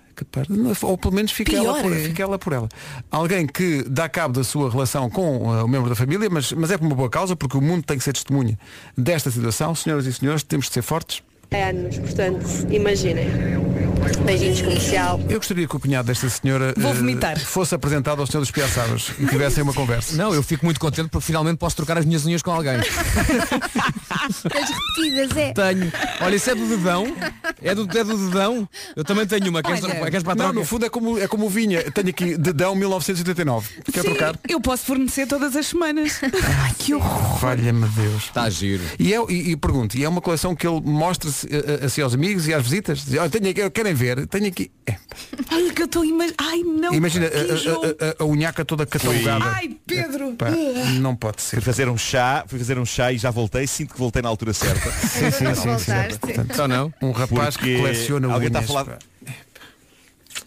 Speaker 1: É capaz de- Ou pelo menos fica
Speaker 7: Pior,
Speaker 1: ela, por,
Speaker 7: é?
Speaker 1: fica ela por ela. Alguém que dá cabo da sua relação com ah, o membro da família, mas, mas é por uma boa causa, porque o mundo tem que ser testemunha desta situação. Senhoras e senhores, temos de ser fortes.
Speaker 16: anos, portanto, imaginem. Beijinhos comercial.
Speaker 1: Eu gostaria que o cunhado desta senhora
Speaker 16: Vou
Speaker 1: eh,
Speaker 16: vomitar.
Speaker 1: fosse apresentado ao senhor dos Piaçabas e tivessem uma conversa.
Speaker 7: Não, eu fico muito contente porque finalmente posso trocar as minhas unhas com alguém.
Speaker 4: As repetidas, é.
Speaker 7: Tenho. Olha, isso é do dedão. É do, é do dedão. Eu também tenho uma. Queres,
Speaker 3: Olha,
Speaker 7: queres para a
Speaker 1: Não,
Speaker 7: troca?
Speaker 1: no fundo é como, é como o vinha. Tenho aqui dedão 1989. Quer
Speaker 3: Sim,
Speaker 1: trocar?
Speaker 3: eu posso fornecer todas as semanas. Ai, que horror.
Speaker 1: Valha-me Deus.
Speaker 7: Está Tá giro.
Speaker 1: E, é, e, e pergunto, e é uma coleção que ele mostra -se, a, si assim aos amigos e às visitas? Diz, "Olha, tenho aqui, querem ver? Tenho aqui. É,
Speaker 3: Ai, que eu estou imag... Ai, não.
Speaker 1: Imagina eh,
Speaker 3: que enjoo.
Speaker 1: a- a, a, a unhaca toda catalogada.
Speaker 3: Ai, Pedro.
Speaker 1: eh, Pá, não pode ser.
Speaker 13: Fui fazer um chá, fui fazer um chá e já voltei, sinto que voltei na altura certa.
Speaker 1: Sim, sim, é sim, sim. Portanto,
Speaker 7: Então
Speaker 1: Um rapaz
Speaker 13: Porque
Speaker 1: que coleciona
Speaker 13: alguém
Speaker 1: unhas.
Speaker 13: está a falar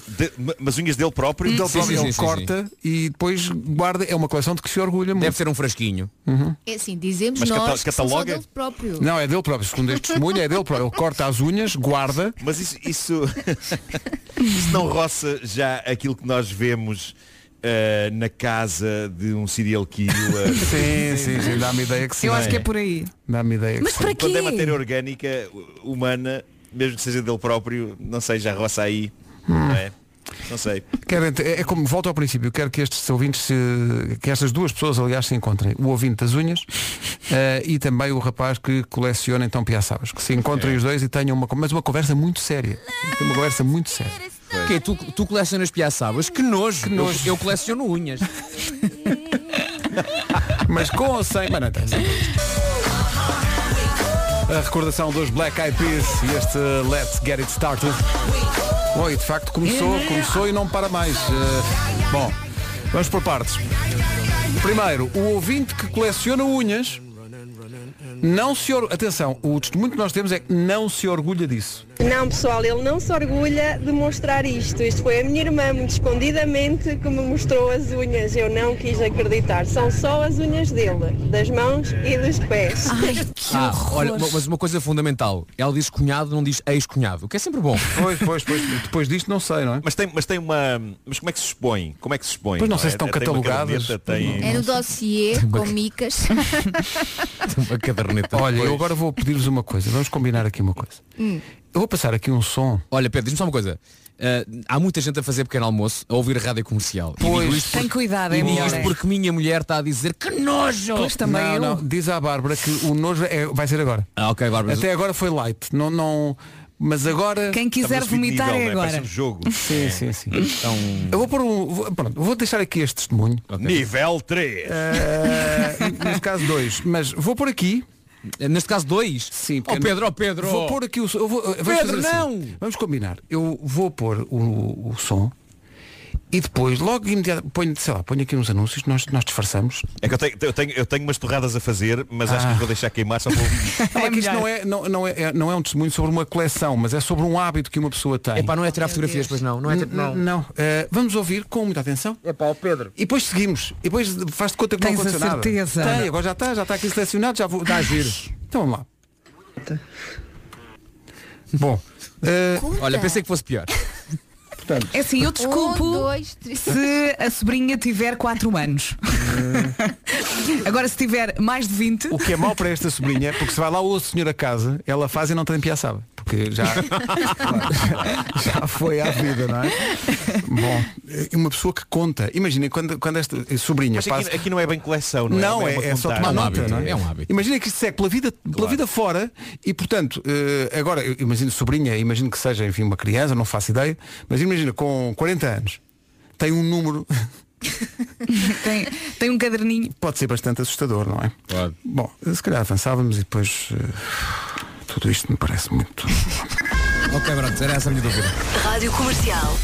Speaker 13: de, ma- mas unhas dele próprio,
Speaker 1: Ele próprio ele corta e depois guarda. É uma coleção de que se orgulha muito.
Speaker 7: Deve ser um frasquinho.
Speaker 4: É assim, dizemos
Speaker 1: Mas
Speaker 4: nós
Speaker 1: cata-
Speaker 4: que são só
Speaker 1: cataloga?
Speaker 4: dele próprio.
Speaker 1: Não, é dele próprio. Segundo este testemunho, é dele próprio. Ele corta as unhas, guarda.
Speaker 13: Mas isso, isso, isso não roça já aquilo que nós vemos eh, na casa de um serial killer. eh.
Speaker 1: Sim, sim, sim, dá-me ideia que sim.
Speaker 3: Eu acho que é por aí.
Speaker 1: Dá-me ideia que sim.
Speaker 13: Quando é matéria orgânica, humana, mesmo que seja dele próprio, não sei, já roça aí. Não é? Não sei.
Speaker 1: Quero ent- é é como, volto ao princípio, quero que estes ouvintes, se, que estas duas pessoas, aliás, se encontrem. O ouvinte das unhas eh, e também o rapaz que coleciona então piaçabas. Que se encontrem os dois e tenham uma, con- mas uma conversa muito séria. Uma conversa muito séria.
Speaker 7: Que é, tu, tu colecionas piaçabas? Que nojo. Que
Speaker 1: nojo.
Speaker 7: Eu, eu coleciono unhas.
Speaker 1: Mas com ou sem banatas. A recordação dos Black Eyed Peas e este Let's Get It Started. Bom, e de facto começou, começou e não para mais. Eh, bom, vamos por partes. Primeiro, o ouvinte que coleciona unhas não se or... Atenção, o testemunho que nós temos é que não se orgulha disso.
Speaker 16: Não, pessoal, ele não se orgulha de mostrar isto. Isto foi a minha irmã, muito escondidamente, que me mostrou as unhas. Eu não quis acreditar. São só as unhas dele, das mãos e dos pés.
Speaker 7: Ah, olha, ma- mas uma coisa fundamental. Ela diz cunhado, não diz ex-cunhado, o que é sempre bom.
Speaker 1: Pois, pois, pois. Depois disto não sei, não é?
Speaker 13: Mas tem, mas tem uma. Mas como é que se expõe? Como é que se expõe?
Speaker 1: Pois não sei
Speaker 13: é?
Speaker 1: se estão
Speaker 13: Tem uma
Speaker 1: catalogadas.
Speaker 13: caderneta, tem-
Speaker 4: É no dossiê,
Speaker 1: Tem uma-
Speaker 4: com micas.
Speaker 7: Uma caderneta.
Speaker 1: Olha, eu agora vou pedir-vos uma coisa. Vamos combinar aqui uma coisa.
Speaker 4: Hum.
Speaker 1: Eu vou passar aqui um som.
Speaker 7: Olha, Pedro, diz-me só uma coisa. Ah, há muita gente a fazer pequeno almoço, a ouvir rádio comercial. E
Speaker 1: Pois.
Speaker 7: digo isto
Speaker 3: Tem cuidado, é
Speaker 7: e digo
Speaker 3: melhor,
Speaker 7: isto
Speaker 3: é.
Speaker 7: porque minha mulher está a dizer que nojo!
Speaker 1: não, não. Diz à Bárbara que o nojo é- vai ser agora.
Speaker 7: Ah, ok, Bárbara.
Speaker 1: Até agora foi light. Não, não... Tá, Mas agora.
Speaker 3: Quem quiser
Speaker 1: Estamos nesse
Speaker 3: vomitar
Speaker 1: nível,
Speaker 3: é
Speaker 1: não
Speaker 3: agora.
Speaker 1: Parece um jogo. Sim, sim, sim. Eu vou pôr um. vou- Pronto, vou deixar aqui este testemunho.
Speaker 13: Nível 3.
Speaker 1: neste caso 2. Mas vou pôr aqui.
Speaker 7: Neste caso 2?
Speaker 1: Sim.
Speaker 7: Oh, Pedro, oh, Pedro.
Speaker 1: Vou pôr aqui o som. eu vou- vamos
Speaker 7: Pedro,
Speaker 1: fazer assim.
Speaker 7: não!
Speaker 1: Vamos combinar. Eu vou pôr o, o som e depois, logo imediatamente, ponho, sei lá, ponho aqui uns anúncios, nós, nós disfarçamos.
Speaker 13: É que eu tenho, eu, tenho, eu tenho umas torradas a fazer, mas acho que
Speaker 1: Ah.
Speaker 13: vou deixar queimar só para ouvir.
Speaker 1: Não, é que isto não é, não, não é, é- não é um testemunho sobre uma coleção, mas é sobre um hábito que uma pessoa tem.
Speaker 7: Epá, não é tirar fotografias, pois não. Não é
Speaker 1: N-
Speaker 7: tipo, não.
Speaker 1: n- não. Eh, vamos ouvir com muita atenção.
Speaker 7: É pá, Pedro.
Speaker 1: E depois seguimos. E depois faz de conta que
Speaker 7: Tens
Speaker 1: não
Speaker 7: a
Speaker 1: aconteceu nada.
Speaker 7: certeza.
Speaker 1: Tem, agora já está, já está aqui selecionado, já vou. Dá a giro. Então vamos lá. Bom. eh,
Speaker 7: Olha, pensei que fosse pior.
Speaker 1: É Portanto,
Speaker 3: É assim, eu desculpo
Speaker 4: Um,
Speaker 3: se a sobrinha tiver 4 anos. Agora se tiver mais de 20.
Speaker 1: O que é mau para esta sobrinha, porque se vai lá o senhor a casa, ela faz e não tem piaçaba. Porque já, já foi à vida, não é? Bom, é uma pessoa que conta. Imaginem, quando, quando esta sobrinha
Speaker 13: Mas
Speaker 1: passa.
Speaker 13: aqui, aqui não é bem coleção, não é?
Speaker 1: Não,
Speaker 13: uma
Speaker 1: é, é só
Speaker 13: contagem.
Speaker 1: tomar
Speaker 7: um
Speaker 1: nota, não é? Imagina que isto segue pela vida, pela vida fora e, portanto, eh, agora, eu imagino sobrinha, imagino que seja, enfim, uma criança, não faço ideia, mas imagina, com 40 anos, tem um número,
Speaker 3: tem, tem um caderninho.
Speaker 1: pode ser bastante assustador, não é? Bom, se calhar avançávamos e depois eh, tudo isto me parece muito.
Speaker 7: ok, pronto, era essa a minha dúvida.
Speaker 6: Rádio Comercial.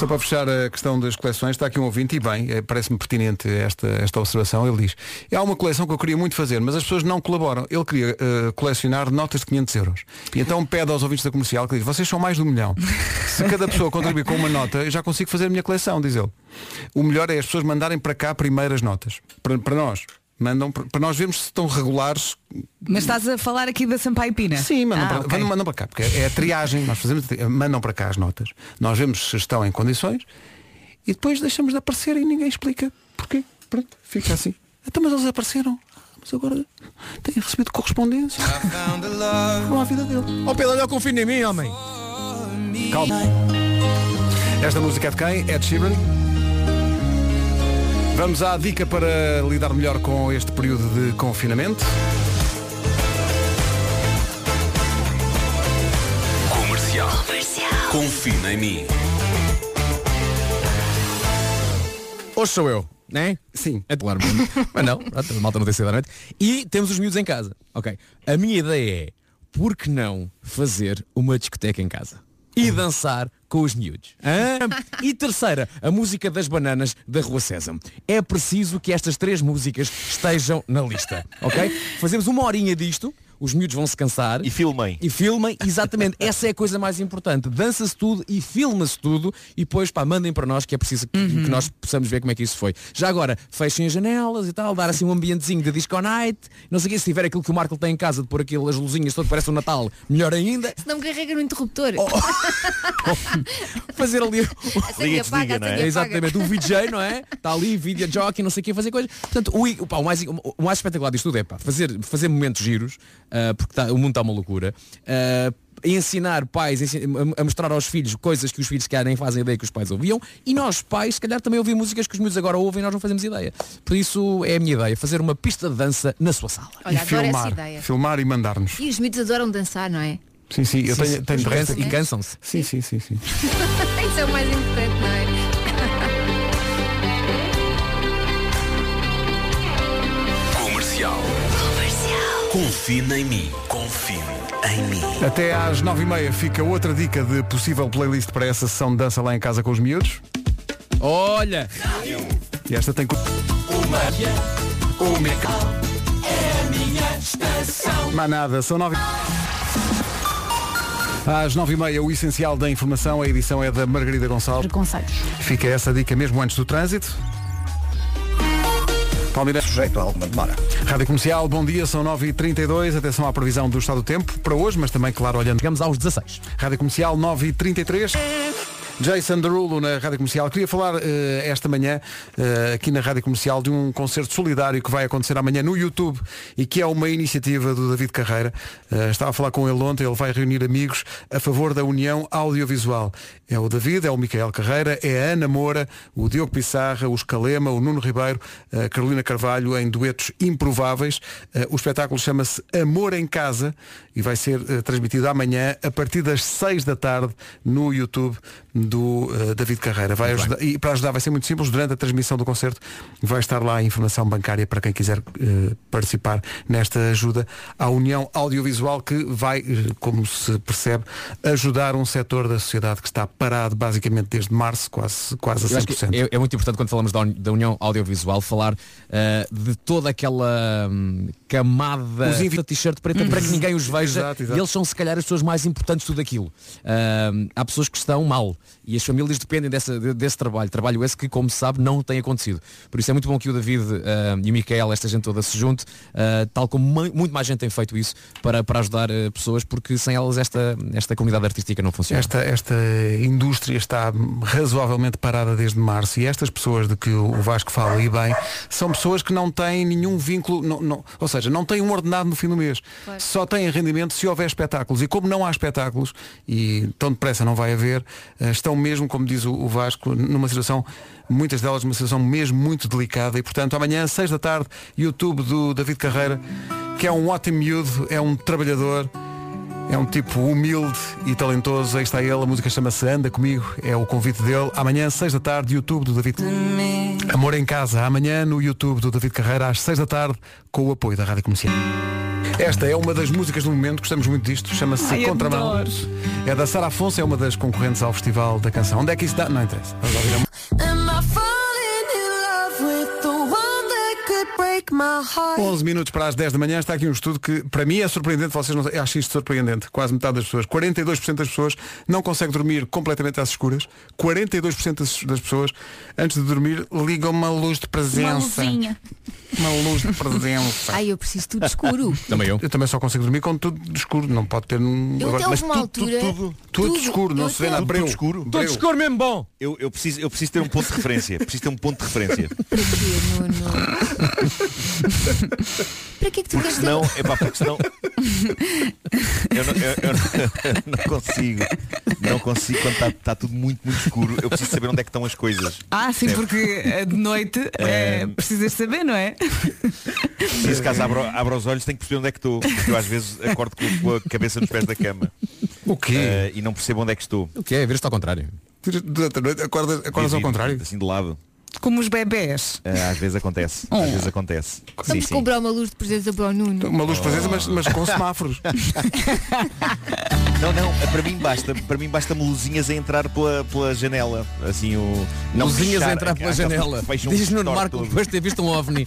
Speaker 1: Só para fechar a questão das coleções, está aqui um ouvinte e bem, eh, parece-me pertinente esta, esta observação. Ele diz, há uma coleção que eu queria muito fazer, mas as pessoas não colaboram. Ele queria eh, colecionar notas de 500 euros. E então pede aos ouvintes da comercial que diz, vocês são mais de um milhão. Se cada pessoa contribuir com uma nota, eu já consigo fazer a minha coleção, diz ele. O melhor é as pessoas mandarem para cá primeiras notas. Para, para nós. Mandam para, para nós vermos se estão regulares.
Speaker 3: Mas estás a falar aqui da Sampaio Pina?
Speaker 1: Sim, mandam,
Speaker 3: Ah,
Speaker 1: para,
Speaker 3: ok.
Speaker 1: mandam para cá, porque é a triagem, nós fazemos, a tri- mandam para cá as notas, nós vemos se estão em condições e depois deixamos de aparecer e ninguém explica porquê. Pronto, fica assim. Então, mas eles apareceram. Mas agora têm recebido correspondência. Não há vida dele.
Speaker 7: Oh Pedro, olha o confio em mim, homem.
Speaker 1: Calma. Esta música é de quem? Ed Sheeran. Vamos à dica para lidar melhor com este período de confinamento.
Speaker 8: Comercial. Confina em mim.
Speaker 7: Hoje sou eu, né?
Speaker 1: Sim.
Speaker 7: É claro. mas- Mas não, pronto, a malta não tem saído à noite. E temos os miúdos em casa. Ok. A minha ideia é, por que não fazer uma discoteca em casa?
Speaker 1: Ah.
Speaker 7: E dançar com os miúdos. Hã? E terceira, a música das bananas da Rua Sésamo. É preciso que estas três músicas estejam na lista. Ok? Fazemos uma horinha disto. Os miúdos vão se cansar. E
Speaker 13: filmem.
Speaker 7: E filmem, exatamente. Essa é a coisa mais importante. Dança-se tudo e filma-se tudo e depois, pá, mandem para nós que é preciso que, que nós possamos ver como é que isso foi. Já agora, fechem as janelas e tal, dar assim um ambientezinho de disco night. Não sei o que, se tiver aquilo que o Marco tem em casa, de pôr aquilo, as luzinhas, todo parece um Natal, melhor ainda.
Speaker 4: Se não me carrega no interruptor.
Speaker 7: Fazer ali...
Speaker 4: Liga e apaga, desliga, não é? acende e
Speaker 7: Exatamente, o VJ, não é? Está ali, video jockey, não sei o que, fazer coisas. Portanto, o, pá, o, mais, o mais espetacular disto tudo é pá, fazer, fazer momentos giros, ah, porque tá- o mundo está uma loucura. Ah, ensinar pais ensi- a, a mostrar aos filhos coisas que os filhos se calhar nem fazem ideia que os pais ouviam e nós pais se calhar também ouvir músicas que os miúdos agora ouvem e nós não fazemos ideia por isso é a minha ideia fazer uma pista de dança na sua sala
Speaker 4: Olha,
Speaker 1: e
Speaker 4: adoro essa
Speaker 1: filmar.
Speaker 4: ideia.
Speaker 1: Filmar e mandar-nos.
Speaker 4: E os miúdos adoram dançar, não é?
Speaker 1: Sim, sim, eu
Speaker 7: Sim,
Speaker 1: tenho,
Speaker 7: sim.
Speaker 1: tenho de
Speaker 7: Mas
Speaker 1: resto
Speaker 7: cansa-
Speaker 1: aqui.
Speaker 7: e cansam-se.
Speaker 1: Sim, sim, sim, sim.
Speaker 4: Isso é o mais importante, não é?
Speaker 8: Comercial. Comercial. Confina em mim. Confina em mim.
Speaker 1: Até às nove e meia fica outra dica de possível playlist para essa sessão de dança lá em casa com os miúdos.
Speaker 7: Olha!
Speaker 1: E esta tem... co-
Speaker 8: O Meca.
Speaker 1: Manada, são nove... Às 9h30, o essencial da informação, a edição é da Margarida Gonçalves. Fica essa dica mesmo antes do trânsito. Palmeiras. Sujeito a alguma demora. Rádio Comercial, bom dia, são 9h32. Atenção à previsão do estado do tempo para hoje, mas também, claro, olhando. Chegamos aos 16. Rádio Comercial, 9h33. Jason Derulo na Rádio Comercial. Queria falar eh, esta manhã, eh, aqui na Rádio Comercial, de um concerto solidário que vai acontecer amanhã no YouTube e que é uma iniciativa do David Carreira. Eh, estava a falar com ele ontem, ele vai reunir amigos a favor da União Audiovisual. É o David, é o Micael Carreira, é a Ana Moura, o Diogo Pissarra, o Escalema, o Nuno Ribeiro, a Carolina Carvalho em duetos improváveis. Eh, O espetáculo chama-se Amor em Casa e vai ser eh, transmitido amanhã a partir das 6 da tarde no YouTube do eh, David Carreira. Vai ajudar- e para ajudar vai ser muito simples, durante a transmissão do concerto vai estar lá a informação bancária para quem quiser eh, participar nesta ajuda à União Audiovisual que vai, eh, como se percebe, ajudar um setor da sociedade que está parado basicamente desde março, quase, quase a
Speaker 7: Eu acho
Speaker 1: 100%.
Speaker 7: que é, é muito importante quando falamos da, un- da União Audiovisual falar eh, de toda aquela hum, camada
Speaker 1: Os invi-
Speaker 7: de t-shirt preta
Speaker 1: Uhum.
Speaker 7: para que ninguém os veja
Speaker 1: Exato, exato.
Speaker 7: e eles são se calhar as pessoas mais importantes de tudo aquilo. Ah, há pessoas que estão mal e as famílias dependem dessa- de- desse trabalho. Trabalho esse que, como se sabe, não tem acontecido. Por isso é muito bom que o David ah, e o Micael, esta gente toda, se junte, ah, tal como mu- muito mais gente tem feito isso para, para ajudar ah, pessoas, porque sem elas esta, esta comunidade artística não funciona.
Speaker 1: Esta, esta indústria está razoavelmente parada desde março e estas pessoas de que o Vasco fala e bem são pessoas que não têm nenhum vínculo, não, não- ou seja, não têm um ordenado no fim do mês.
Speaker 17: Claro.
Speaker 1: Só têm rendimento se houver espetáculos. E como não há espetáculos, e tão depressa não vai haver, eh, estão mesmo, como diz o- o Vasco, numa situação, muitas delas numa situação mesmo muito delicada. E portanto, amanhã, às 6 da tarde, YouTube do David Carreira, que é um ótimo miúdo, é um trabalhador. É um tipo humilde e talentoso. Aí está ele. A música chama-se Anda Comigo. É o convite dele. Amanhã, 6 da tarde, YouTube do David. Amor em Casa. Amanhã no YouTube do David Carreira, às 6 da tarde, com o apoio da Rádio Comercial. Esta é uma das músicas do momento. Gostamos muito disto. Chama-se
Speaker 17: Ai,
Speaker 1: Contramão.
Speaker 17: adoro.
Speaker 1: É da Sara Afonso. É uma das concorrentes ao Festival da Canção. Onde é que isso dá? Não interessa. Vamos ouvir a música.
Speaker 6: Am I falling in love with the one that could break my heart?
Speaker 1: 11 minutos para as 10 da manhã está aqui um estudo que para mim é surpreendente, vocês não eu acho isto surpreendente. Quase metade das pessoas, 42% das pessoas não conseguem dormir completamente às escuras. 42% das- das pessoas antes de dormir ligam uma luz de presença. Uma luz de presença.
Speaker 4: Ai, eu preciso de tudo escuro.
Speaker 1: Também eu. Eu também só consigo dormir com tudo escuro, não pode ter um
Speaker 4: Eu até houve uma altura.
Speaker 1: tudo escuro, não se vê nada. Breu. Breu.
Speaker 7: mesmo bom.
Speaker 13: Eu, eu preciso, eu preciso ter um ponto de referência. Preciso ter um ponto de referência.
Speaker 4: Para que é que tu
Speaker 13: Porque
Speaker 4: queres
Speaker 13: senão, é pá, porque senão. Eu não, eu- eu não- não consigo. Não consigo quando está tudo muito, muito escuro. Eu preciso saber onde é que estão as coisas.
Speaker 3: Ah, sim,
Speaker 13: Percebe?
Speaker 3: porque eh, de noite
Speaker 1: É.
Speaker 3: eh, precisas saber, não é?
Speaker 13: Preciso caso abro, abro os olhos, tenho que perceber onde é que estou. Porque eu às vezes acordo com, com a cabeça nos pés da cama.
Speaker 1: O quê?
Speaker 13: e não percebo onde é que estou.
Speaker 7: O que é? Vira-se ao contrário.
Speaker 1: Durante a noite acordas, acordas ao
Speaker 13: Divido,
Speaker 1: contrário.
Speaker 13: Assim de lado.
Speaker 3: Como os bebés.
Speaker 13: Ah, às vezes acontece.
Speaker 3: Oh.
Speaker 13: Às vezes acontece. Sim,
Speaker 4: Vamos
Speaker 13: sim.
Speaker 4: comprar uma luz de presença para o Nuno.
Speaker 1: Uma luz de presença, mas, mas com semáforos.
Speaker 13: Não, não, para mim basta, para mim basta-me luzinhas a entrar pela, pela janela. Assim o. Não
Speaker 7: Luzinhas
Speaker 13: fechar,
Speaker 7: a entrar pela
Speaker 13: aquelas que
Speaker 7: janela.
Speaker 13: fecham
Speaker 7: Diz
Speaker 13: o
Speaker 7: Nuno
Speaker 13: store
Speaker 7: Marco que
Speaker 13: todo.
Speaker 7: depois de ter visto um ovni.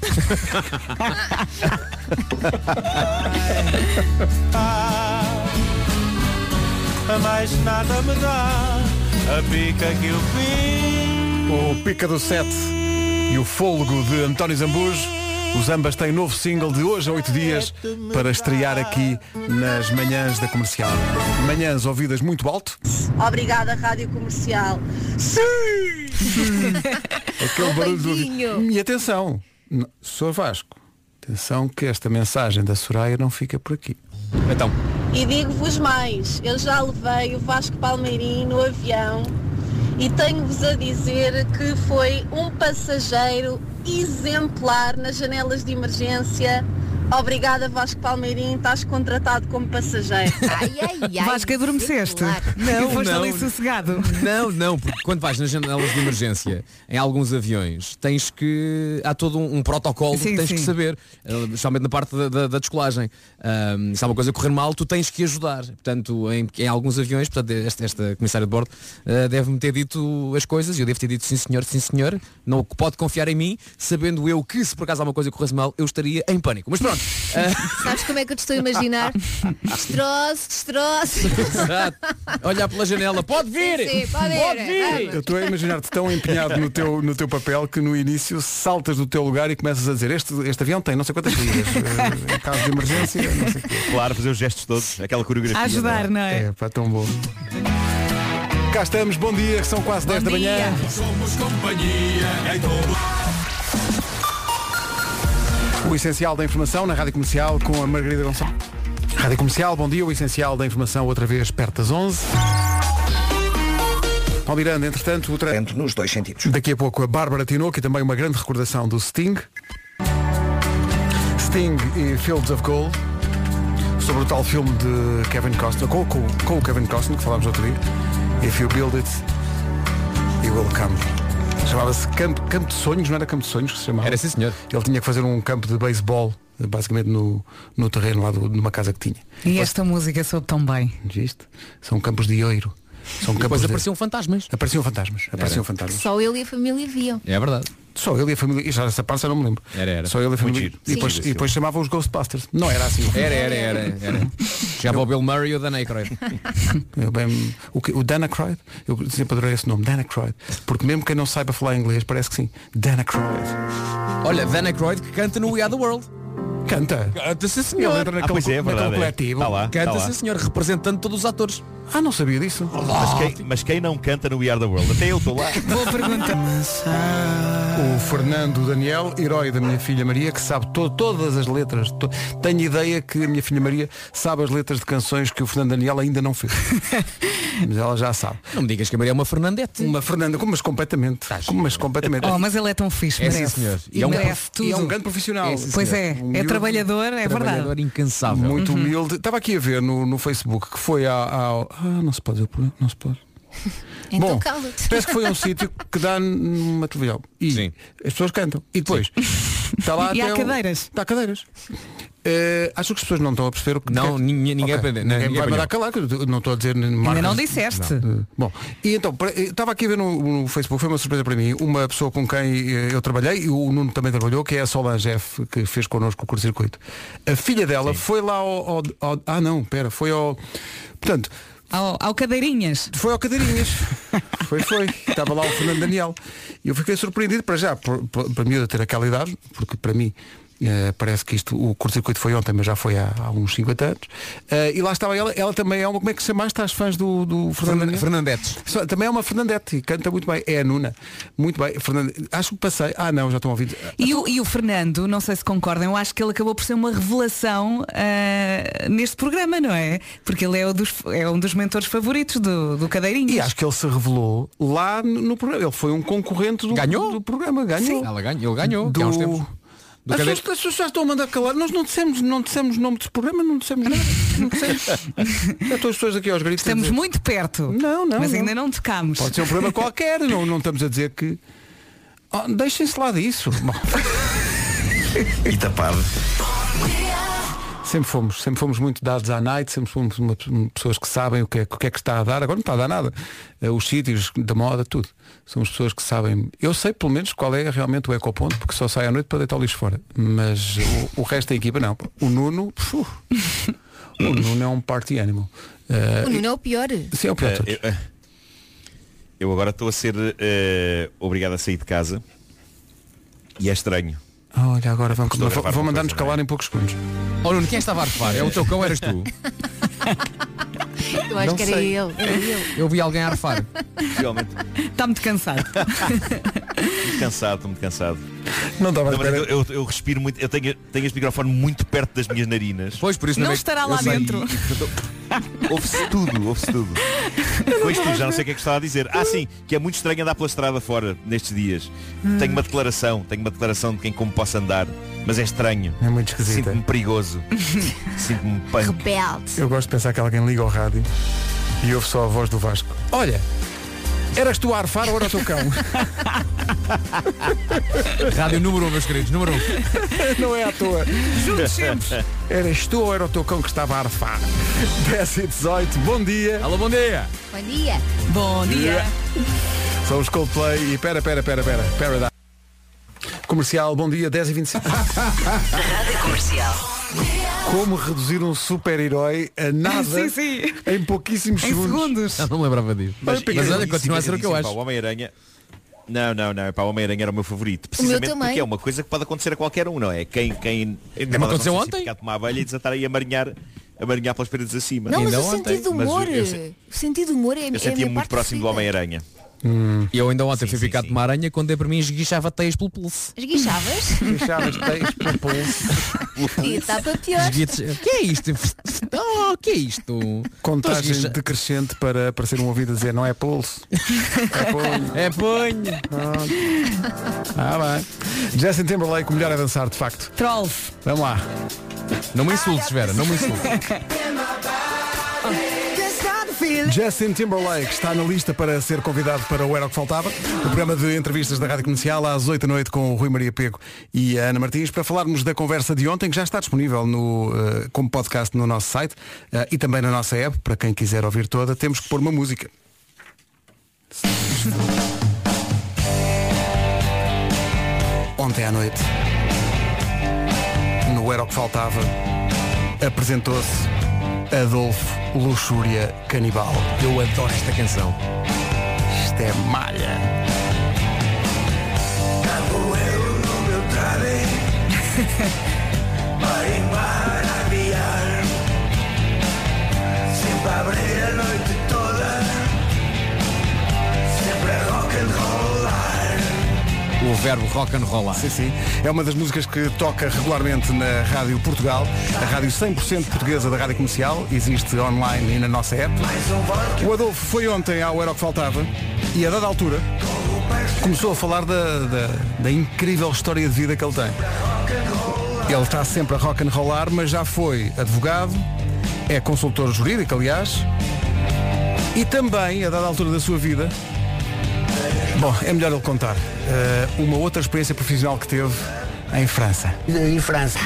Speaker 6: Mais nada me dá a pica que eu vi.
Speaker 1: O Pica do Sete e o Fôlego de António Zambujo. Os ambas têm novo single de hoje a oito dias para estrear aqui nas manhãs da comercial. Manhãs ouvidas muito alto.
Speaker 18: Obrigada, Rádio Comercial. Sim!
Speaker 1: Aquele barulho do ouvido. E atenção, n- Sr. Vasco, atenção que esta mensagem da Soraya não fica por aqui.
Speaker 7: Então.
Speaker 18: E digo-vos mais, eu já levei o Vasco Palmeirim no avião e tenho-vos a dizer que foi um passageiro exemplar nas janelas de emergência. Obrigada Vasco Palmeirim, estás contratado como passageiro.
Speaker 3: Vasco, adormeceste.
Speaker 7: Não,
Speaker 3: foste
Speaker 7: não.
Speaker 3: ali sossegado.
Speaker 7: Não, não, porque quando vais nas janelas de emergência, em alguns aviões, tens que. Há todo um, um protocolo
Speaker 3: Sim,
Speaker 7: que tens
Speaker 3: sim.
Speaker 7: que saber, eh, especialmente na parte da, da- da descolagem. Ahm, se há uma coisa a correr mal, tu tens que ajudar. Portanto, em, em alguns aviões, portanto, esta, esta comissária de bordo eh, deve-me ter dito as coisas, e eu devo ter dito sim senhor, sim senhor, não pode confiar em mim, sabendo eu que se por acaso alguma coisa corresse mal, eu estaria em pânico. Mas pronto,
Speaker 4: Sabes como é que eu te estou a imaginar? Destroço, destroço.
Speaker 7: Exato. Olhar pela janela, pode vir!
Speaker 4: Sim, sim, pode ir.
Speaker 1: Eu estou a imaginar-te tão empenhado no teu, no teu papel que no início saltas do teu lugar e começas a dizer este, este avião tem não sei quantas milhas. eh, em caso de emergência, não sei o quê.
Speaker 13: Claro, fazer os gestos todos, aquela coreografia.
Speaker 1: É, pá, tão bom. Cá estamos, bom dia, que são quase 10 da manhã.
Speaker 8: Somos companhia em
Speaker 1: O essencial da informação na Rádio Comercial com a Margarida Gonçalves. Rádio Comercial, bom dia. O essencial da informação outra vez perto das 11. Paulo Miranda, entretanto, o trânsito nos dois sentidos. Daqui a pouco a Bárbara Tinoco e também uma grande recordação do Sting. Sting e Fields of Gold sobre o tal filme de Kevin Costner, com, com- com o Kevin Costner que falámos outro dia. If you build it, you will come. Chamava-se campo, campo de Sonhos, não era Campo de Sonhos que se chamava? Era sim, senhor. Ele tinha que fazer um campo de beisebol, basicamente no, no terreno lá do, de uma casa que tinha.
Speaker 3: E é? esta música soube tão bem.
Speaker 1: Viste? São campos de oiro. São
Speaker 7: E
Speaker 1: campos
Speaker 7: depois
Speaker 1: de-
Speaker 7: apareciam fantasmas.
Speaker 1: Apareciam fantasmas. Apareciam fantasmas.
Speaker 4: Só ele e a família viam.
Speaker 1: É verdade. Só ele e a família. E já essa parte eu não me lembro. Era, era. Só ele e a família.
Speaker 7: giro.
Speaker 1: E depois,
Speaker 7: Sim.
Speaker 1: e depois chamavam os Ghostbusters. Não era assim.
Speaker 7: Era, era, era. era. Já vou o Bill Murray ou Dan Aykroyd.
Speaker 1: Eu bem- o, que- o Dana Croyd, eu sempre adorei esse nome, Dana Croyd. Porque mesmo quem não saiba falar inglês parece que sim. Dana Croyd.
Speaker 7: Olha, Dan Aykroyd que canta no We Are The World.
Speaker 1: Canta.
Speaker 7: Canta-se, senhor.
Speaker 1: Ele entra naquele, naquele coletivo.
Speaker 7: Canta-se, senhor, representando todos os atores.
Speaker 1: Ah, não sabia disso.
Speaker 13: Mas quem, mas quem não canta no We Are The World? Até eu estou lá.
Speaker 1: Boa pergunta. O Fernando Daniel, herói da minha filha Maria, que sabe to- todas as letras. to- Tenho ideia que a minha filha Maria sabe as letras de canções que o Fernando Daniel ainda não fez. mas ela já sabe. Não me digas que a Maria é uma Fernandete. Uma Fernanda, como- mas completamente.
Speaker 7: Tá,
Speaker 1: Como- Mas completamente.
Speaker 3: Oh, mas ele é tão fixe,
Speaker 1: É, sim,
Speaker 3: merece.
Speaker 1: senhor. E
Speaker 3: E
Speaker 1: é um- e
Speaker 3: merece
Speaker 1: é
Speaker 3: tudo.
Speaker 1: um grande profissional. É, sim,
Speaker 3: pois
Speaker 1: senhor.
Speaker 3: é, é
Speaker 1: Humilde,
Speaker 3: trabalhador, é
Speaker 1: trabalhador
Speaker 3: verdade.
Speaker 7: incansável.
Speaker 1: Muito
Speaker 3: Uhum.
Speaker 1: humilde. Estava aqui a ver no, no Facebook que foi ao, ao- Ah, não se pode dizer o programa, não se pode.
Speaker 4: Então
Speaker 1: Bom,
Speaker 4: cala-te.
Speaker 1: parece que foi a um sítio que dá numa televisão. E as pessoas cantam. E depois. Está lá
Speaker 3: E
Speaker 1: até
Speaker 3: há
Speaker 1: o-
Speaker 3: cadeiras.
Speaker 1: Está cadeiras. Eh, acho que as pessoas não estão a perceber o que
Speaker 7: Não,
Speaker 1: quer-
Speaker 7: ninguém- ninguém
Speaker 1: Ok,
Speaker 7: aprende-
Speaker 1: Ninguém
Speaker 7: ninguém
Speaker 1: vai
Speaker 7: apanhou.
Speaker 1: mandar calar, que eu não estou a dizer marcas.
Speaker 3: não disseste.
Speaker 1: Não. Bom, e então, pre- eh, estava aqui a ver no, no Facebook, foi uma surpresa para mim, uma pessoa com quem eh, eu trabalhei, e o Nuno também trabalhou, que é a Solange F, que fez connosco o curto-circuito. A filha dela foi lá ao, ao- ao- Ah não, pera, foi ao. Portanto.
Speaker 3: Ao, Cadeirinhas.
Speaker 1: Foi ao Cadeirinhas. foi, foi. Estava lá o Fernando Daniel. E eu fiquei surpreendido para já, por- por- para mim, eu ter aquela idade, porque para mim. eh, parece que isto, o curto-circuito foi ontem, mas já foi há, há uns 50 anos. Eh, e lá estava ela, ela também é uma, como é que se chama? Estás fãs do, do Fernando Daniel?
Speaker 7: Fernandetes.
Speaker 1: Só- Também é uma Fernandete e canta muito bem. É a Nuna. Muito bem. Fernande... Acho que passei. Ah não, já estão a ouvir.
Speaker 3: E o, e o Fernando, não sei se concordam, eu acho que ele acabou por ser uma revelação ah, neste programa, não é? Porque ele é, o dos- é um dos mentores favoritos do, do Cadeirinhas.
Speaker 1: E acho que ele se revelou lá no no programa. Ele foi um concorrente do,
Speaker 7: Ganhou?
Speaker 1: do programa. Ganhou.
Speaker 7: Sim. Ela ganhou, ele ganhou, que há uns tempos.
Speaker 1: Do...
Speaker 7: Do
Speaker 1: as,
Speaker 7: cadeir-
Speaker 1: pessoas, as pessoas já estão a mandar calar. Nós não dissemos, não dissemos nome dos programas, não dissemos nada. Não dissemos. Já estão as pessoas aqui aos gritos. a
Speaker 3: Estamos
Speaker 1: dizer-
Speaker 3: muito perto.
Speaker 1: Não, não,
Speaker 3: Mas
Speaker 1: não.
Speaker 3: ainda não tocámos.
Speaker 1: Pode ser um programa qualquer, não, não estamos a dizer que. Oh, Deixem-se lá disso. Bom,
Speaker 10: E tapado.
Speaker 1: Sempre fomos, sempre fomos muito dados à night, sempre fomos uma- um, pessoas que sabem o que, é, o que é que está a dar, agora não está a dar nada. Eh, Os sítios da moda, tudo. Somos pessoas que sabem. Eu sei pelo menos qual é realmente o ecoponto, porque só sai à noite para deitar o lixo fora. Mas o, o resto da equipa não. O Nuno. pfu, o Nuno é um party animal. Eh,
Speaker 4: O
Speaker 13: Ah,
Speaker 4: Nuno é o pior.
Speaker 1: Sim, é o pior de
Speaker 13: Eh,
Speaker 1: todos.
Speaker 13: eu, eh, eu agora estou a ser eh, obrigado a sair de casa e é estranho.
Speaker 1: Ah, Olha, agora vão,
Speaker 13: É Estou a gravar
Speaker 1: vão
Speaker 13: uma
Speaker 1: mandar-nos calar em poucos segundos.
Speaker 7: Oh Nuno, quem estava a arfar? É o teu cão, eras tu?
Speaker 4: Eu acho
Speaker 7: Não
Speaker 4: que era
Speaker 7: sei.
Speaker 4: ele. Era ele.
Speaker 7: Eu vi alguém a arfar.
Speaker 13: Realmente,
Speaker 3: Está muito cansado.
Speaker 13: muito cansado, estou muito cansado.
Speaker 1: Não estava
Speaker 13: Não, mas eu, eu- eu respiro muito, eu tenho, tenho este microfone muito perto das minhas narinas.
Speaker 7: Pois, por
Speaker 3: isso não Não é que- estará lá dentro.
Speaker 13: Ouve-se tudo, ouve-se tudo. Pois tu, já não sei o que é que estava a dizer. Ah, sim, que é muito estranho andar pela estrada fora nestes dias.
Speaker 1: Hum.
Speaker 13: Tenho uma declaração, tenho uma declaração de quem como posso andar, mas é estranho.
Speaker 1: É muito esquisito, é?
Speaker 13: Sinto-me perigoso. Sinto-me punk.
Speaker 4: Rebelde.
Speaker 1: Eu gosto de pensar que alguém liga ao rádio e ouve só a voz do Vasco. Olha, eras tu a arfar ou era o teu cão?
Speaker 7: Rádio número 1, um, meus queridos, número 1. Um.
Speaker 1: Não é à toa.
Speaker 7: Juntos sempre.
Speaker 1: Eras tu ou era o teu cão que estava a arfar? 10 e 18, bom dia.
Speaker 7: Alô, bom dia.
Speaker 4: Bom dia.
Speaker 3: Bom
Speaker 1: São os Coldplay e pera, pera, pera, pera. Paradise. Comercial, bom dia, 10 e 25.
Speaker 8: Rádio Comercial.
Speaker 1: Como reduzir um super-herói a nada
Speaker 8: Sim, sim.
Speaker 1: em pouquíssimos
Speaker 8: Em
Speaker 1: segundos.
Speaker 7: Eu não me lembrava disso. Mas, mas olha, continua a ser o que eu
Speaker 13: Pá,
Speaker 7: acho.
Speaker 13: o Homem-Aranha. Não, não, não. Pá, o Homem-Aranha era o meu favorito.
Speaker 4: O meu
Speaker 13: Precisamente
Speaker 4: também.
Speaker 13: porque é uma coisa que pode acontecer a qualquer um, não é? Quem. quem
Speaker 7: Ainda me aconteceu ontem.
Speaker 13: Ficar de uma abelha e desatar aí a marinhar, a marinhar pelas paredes acima.
Speaker 4: Não, mas o sentido do
Speaker 13: Mas eu-
Speaker 4: humor,
Speaker 13: eu se-
Speaker 4: o sentido do humor é, é a
Speaker 13: eu
Speaker 4: minha
Speaker 13: sentia muito
Speaker 4: parte
Speaker 13: próximo do Homem-Aranha.
Speaker 7: E eu ainda ontem fui picado de uma aranha quando dei para mim esguichava teias pelo pulso.
Speaker 4: Esguichavas?
Speaker 1: Esguichavas teias pelo pulso.
Speaker 4: E estava pior.
Speaker 7: Esguichas- Que é isto? Oh, que é isto?
Speaker 1: Contagem
Speaker 7: Tô esguicha-
Speaker 1: decrescente para aparecer um ouvido a dizer não é pulso.
Speaker 7: É punho.
Speaker 1: Ah, bem. Justin Timberlake, o melhor a dançar, de facto.
Speaker 3: Trolls.
Speaker 1: Vamos lá.
Speaker 7: Não me insultes, Vera, não me insultes.
Speaker 1: Justin Timberlake está na lista para ser convidado para o Era o que Faltava, o programa de entrevistas da Rádio Comercial, às 8 da noite com o Rui Maria Pego e a Ana Martins, para falarmos da conversa de ontem, que já está disponível no, eh, como podcast no nosso site eh, e também na nossa app, para quem quiser ouvir toda, temos que pôr uma música. Ontem à noite, no Era o que Faltava, apresentou-se Adolfo Luxúria Canibal.
Speaker 7: Eu adoro esta canção.
Speaker 1: Isto é malha.
Speaker 8: Para maravillar Sempre a abrir a noite toda Sempre a rock and rollar
Speaker 7: O verbo rock and roll.
Speaker 1: Sim, sim. É uma das músicas que toca regularmente na Rádio Portugal, a rádio 100% portuguesa da Rádio Comercial, existe online e na nossa app. O Adolfo foi ontem ao Era o que Faltava e a dada altura começou a falar da, da, da incrível história de vida que ele tem. Ele está sempre a rock and rollar, mas já foi advogado, é consultor jurídico, aliás, e também, a dada altura da sua vida, Bom, é melhor ele contar eh, uma outra experiência profissional que teve em França. Em França.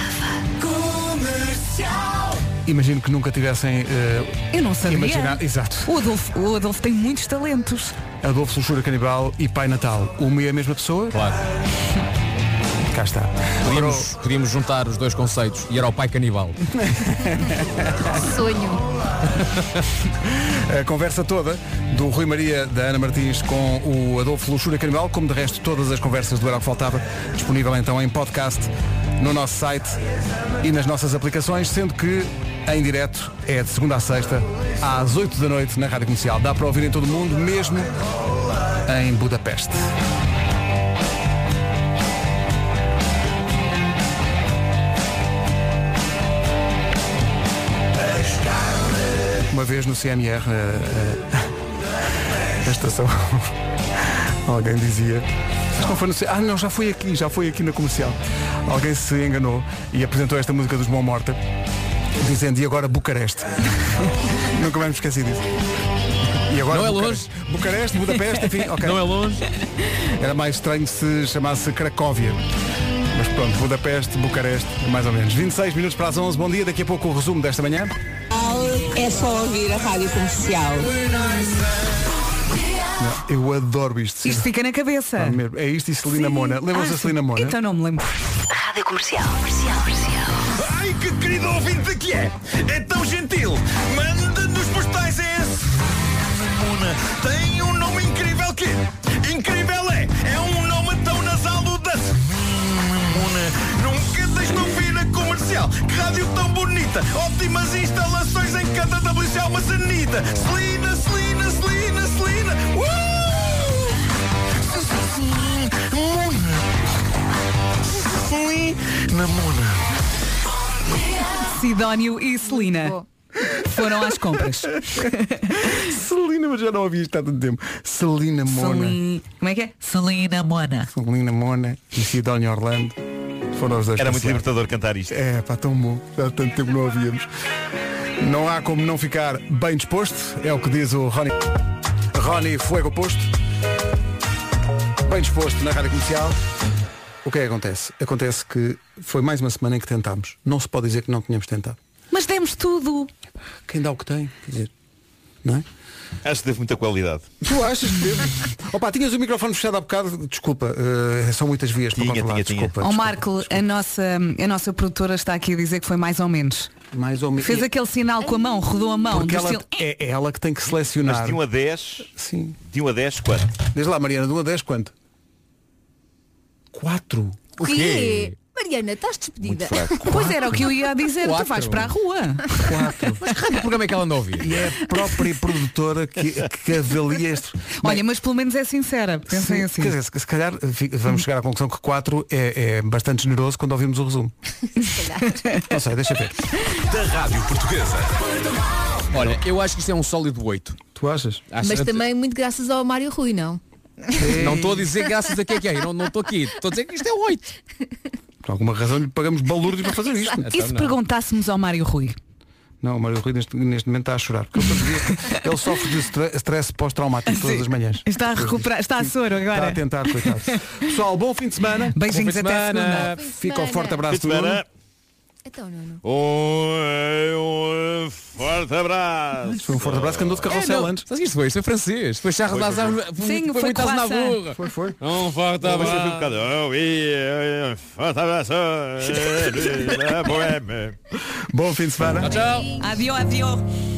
Speaker 1: Imagino que nunca tivessem. eh,
Speaker 3: Eu não sabia.
Speaker 1: Imaginar- exato.
Speaker 3: O Adolfo, o Adolfo tem muitos talentos.
Speaker 1: Adolfo Luxura Canibal e Pai Natal. Uma e a mesma pessoa?
Speaker 7: Claro.
Speaker 1: Cá está.
Speaker 7: Podíamos, podíamos juntar os dois conceitos e era o pai canibal.
Speaker 4: Sonho.
Speaker 1: A conversa toda do Rui Maria da Ana Martins com o Adolfo Luxura Canibal, como de resto todas as conversas do Era o que Faltava, disponível então em podcast no nosso site e nas nossas aplicações, sendo que em direto é de segunda a sexta às 8 da noite na Rádio Comercial. Dá para ouvir em todo o mundo, mesmo em Budapeste. Uma vez no CMR, eh, eh, a estação, alguém dizia. Mas não foi no C- Ah, não, já foi aqui, já foi aqui na comercial. Alguém se enganou e apresentou esta música dos Mão Morta, dizendo e agora Bucareste. Nunca mais me esqueci disso. E agora
Speaker 7: Não é
Speaker 1: Bucareste. Bucareste, Budapeste, enfim, ok.
Speaker 7: Não é longe.
Speaker 1: Era mais estranho se chamasse Cracóvia. Mas pronto, Budapeste, Bucareste, mais ou menos. 26 minutos para as 11, bom dia. Daqui a pouco o resumo desta manhã.
Speaker 17: É só ouvir a rádio comercial.
Speaker 1: Não, eu adoro isto.
Speaker 3: Isto fica na cabeça.
Speaker 1: É mesmo. É isto e Celina
Speaker 3: Sim.
Speaker 1: Mona. Lembram-se
Speaker 3: Ah,
Speaker 1: da Celina
Speaker 3: sim.
Speaker 1: Mona?
Speaker 3: Então não me lembro.
Speaker 8: Rádio Comercial Comercial Comercial
Speaker 6: Ai, que querido ouvinte que é! É tão gentil! Manda-nos postais é esse! Muna tem um nome incrível que... Incrível é! É um nome tão nasal do da... Muna Nunca tens de ouvir a comercial! Que rádio tão bonita! Ótimas instalações em cada WC há uma sanita! Celina, Celina, Celina, Celina! Uh! Muna! Celina Muna!
Speaker 3: Sidónio e Celina foram às compras.
Speaker 1: Celina, mas já não ouvi isto há tanto tempo. Celina Mona.
Speaker 3: Celi- Como é que é? Celina Mona.
Speaker 1: Celina Mona e Sidónia Orlando. Foram os dois.
Speaker 13: Era muito
Speaker 1: passear.
Speaker 13: libertador cantar isto.
Speaker 1: É, pá, tão bom. Há tanto tempo não ouvíamos. Não há como não ficar bem disposto, é o que diz o Rony. Rony Fuego Posto. Bem disposto na rádio comercial. O que é que acontece? Acontece que foi mais uma semana em que tentámos. Não se pode dizer que não tínhamos tentado.
Speaker 3: Mas demos tudo.
Speaker 1: Quem dá o que tem? Quer dizer, não é?
Speaker 13: Acho que teve muita qualidade.
Speaker 1: Tu achas que teve? Opa, tinhas o microfone fechado há bocado, desculpa, eh, são muitas vias para controlar, desculpa.
Speaker 3: Ó Marco, a nossa, a nossa produtora está aqui a dizer que foi mais ou menos.
Speaker 1: Mais ou menos.
Speaker 3: Fez um aquele sinal com a mão, rodou a mão.
Speaker 1: Porque
Speaker 3: do
Speaker 1: ela,
Speaker 3: estilo- "Eh,
Speaker 1: é ela que tem que selecionar.
Speaker 13: Mas um de 1 a 10,
Speaker 1: Sim.
Speaker 13: de 1 a 10 quanto?
Speaker 1: Diz lá, Mariana, de 1 a 10 quanto? 4.
Speaker 4: O quê? Mariana, estás despedida.
Speaker 3: Pois era o que eu ia dizer, tu vais para a rua.
Speaker 7: Que programa é que ela anda a ouvir?
Speaker 1: E é a própria produtora que, que avalia este.
Speaker 3: Olha, mas pelo menos é sincera. Pensem
Speaker 1: Sim,
Speaker 3: assim.
Speaker 1: Quer dizer, se, se calhar fi- vamos chegar à conclusão que 4 é, é bastante generoso quando ouvimos o resumo. Não sei, deixa ver.
Speaker 8: Da Rádio Portuguesa.
Speaker 7: Olha, eu acho que isto é um sólido 8.
Speaker 1: Tu achas?
Speaker 4: Mas também muito graças ao Mário Rui, não?
Speaker 7: Não estou a dizer graças a quem é que é, não não estou aqui. Estou a dizer que isto é 8.
Speaker 1: Por alguma razão lhe pagamos balúrdios para fazer isto.
Speaker 3: E se perguntássemos ao Mário Rui?
Speaker 1: Não, o Mário Rui neste, neste momento está a chorar. Porque ele, todos os dias- ele sofre de stre- stress pós-traumático todas as manhãs.
Speaker 3: Está a recuperar, está a soro
Speaker 1: Está a
Speaker 3: agora.
Speaker 1: tentar, coitado. Pessoal, bom fim de semana.
Speaker 3: Beijinhos
Speaker 1: Bom fim de
Speaker 3: até
Speaker 1: semana.
Speaker 3: segunda.
Speaker 1: Fica o forte abraço
Speaker 13: Fim
Speaker 1: do
Speaker 13: de semana.
Speaker 1: Nuno.
Speaker 4: Então,
Speaker 13: Um, um forte abraço.
Speaker 1: Foi um forte abraço que andou de carrossel antes.
Speaker 7: Sabes o que isto foi? Isto foi francês. Foi charras
Speaker 13: Foi,
Speaker 7: nas
Speaker 13: foi,
Speaker 7: árvores.
Speaker 3: Sim,
Speaker 7: foi
Speaker 3: foi
Speaker 7: muitas na
Speaker 3: croissant.
Speaker 7: burra.
Speaker 1: Foi, foi.
Speaker 7: Um forte
Speaker 13: Mas eu fui um
Speaker 7: abraço.
Speaker 13: bocado, oh, e, eh, um forte abraço. eh, eh, eh, boema.
Speaker 1: Bom fim de semana.
Speaker 7: Tchau.
Speaker 3: Adio, adio.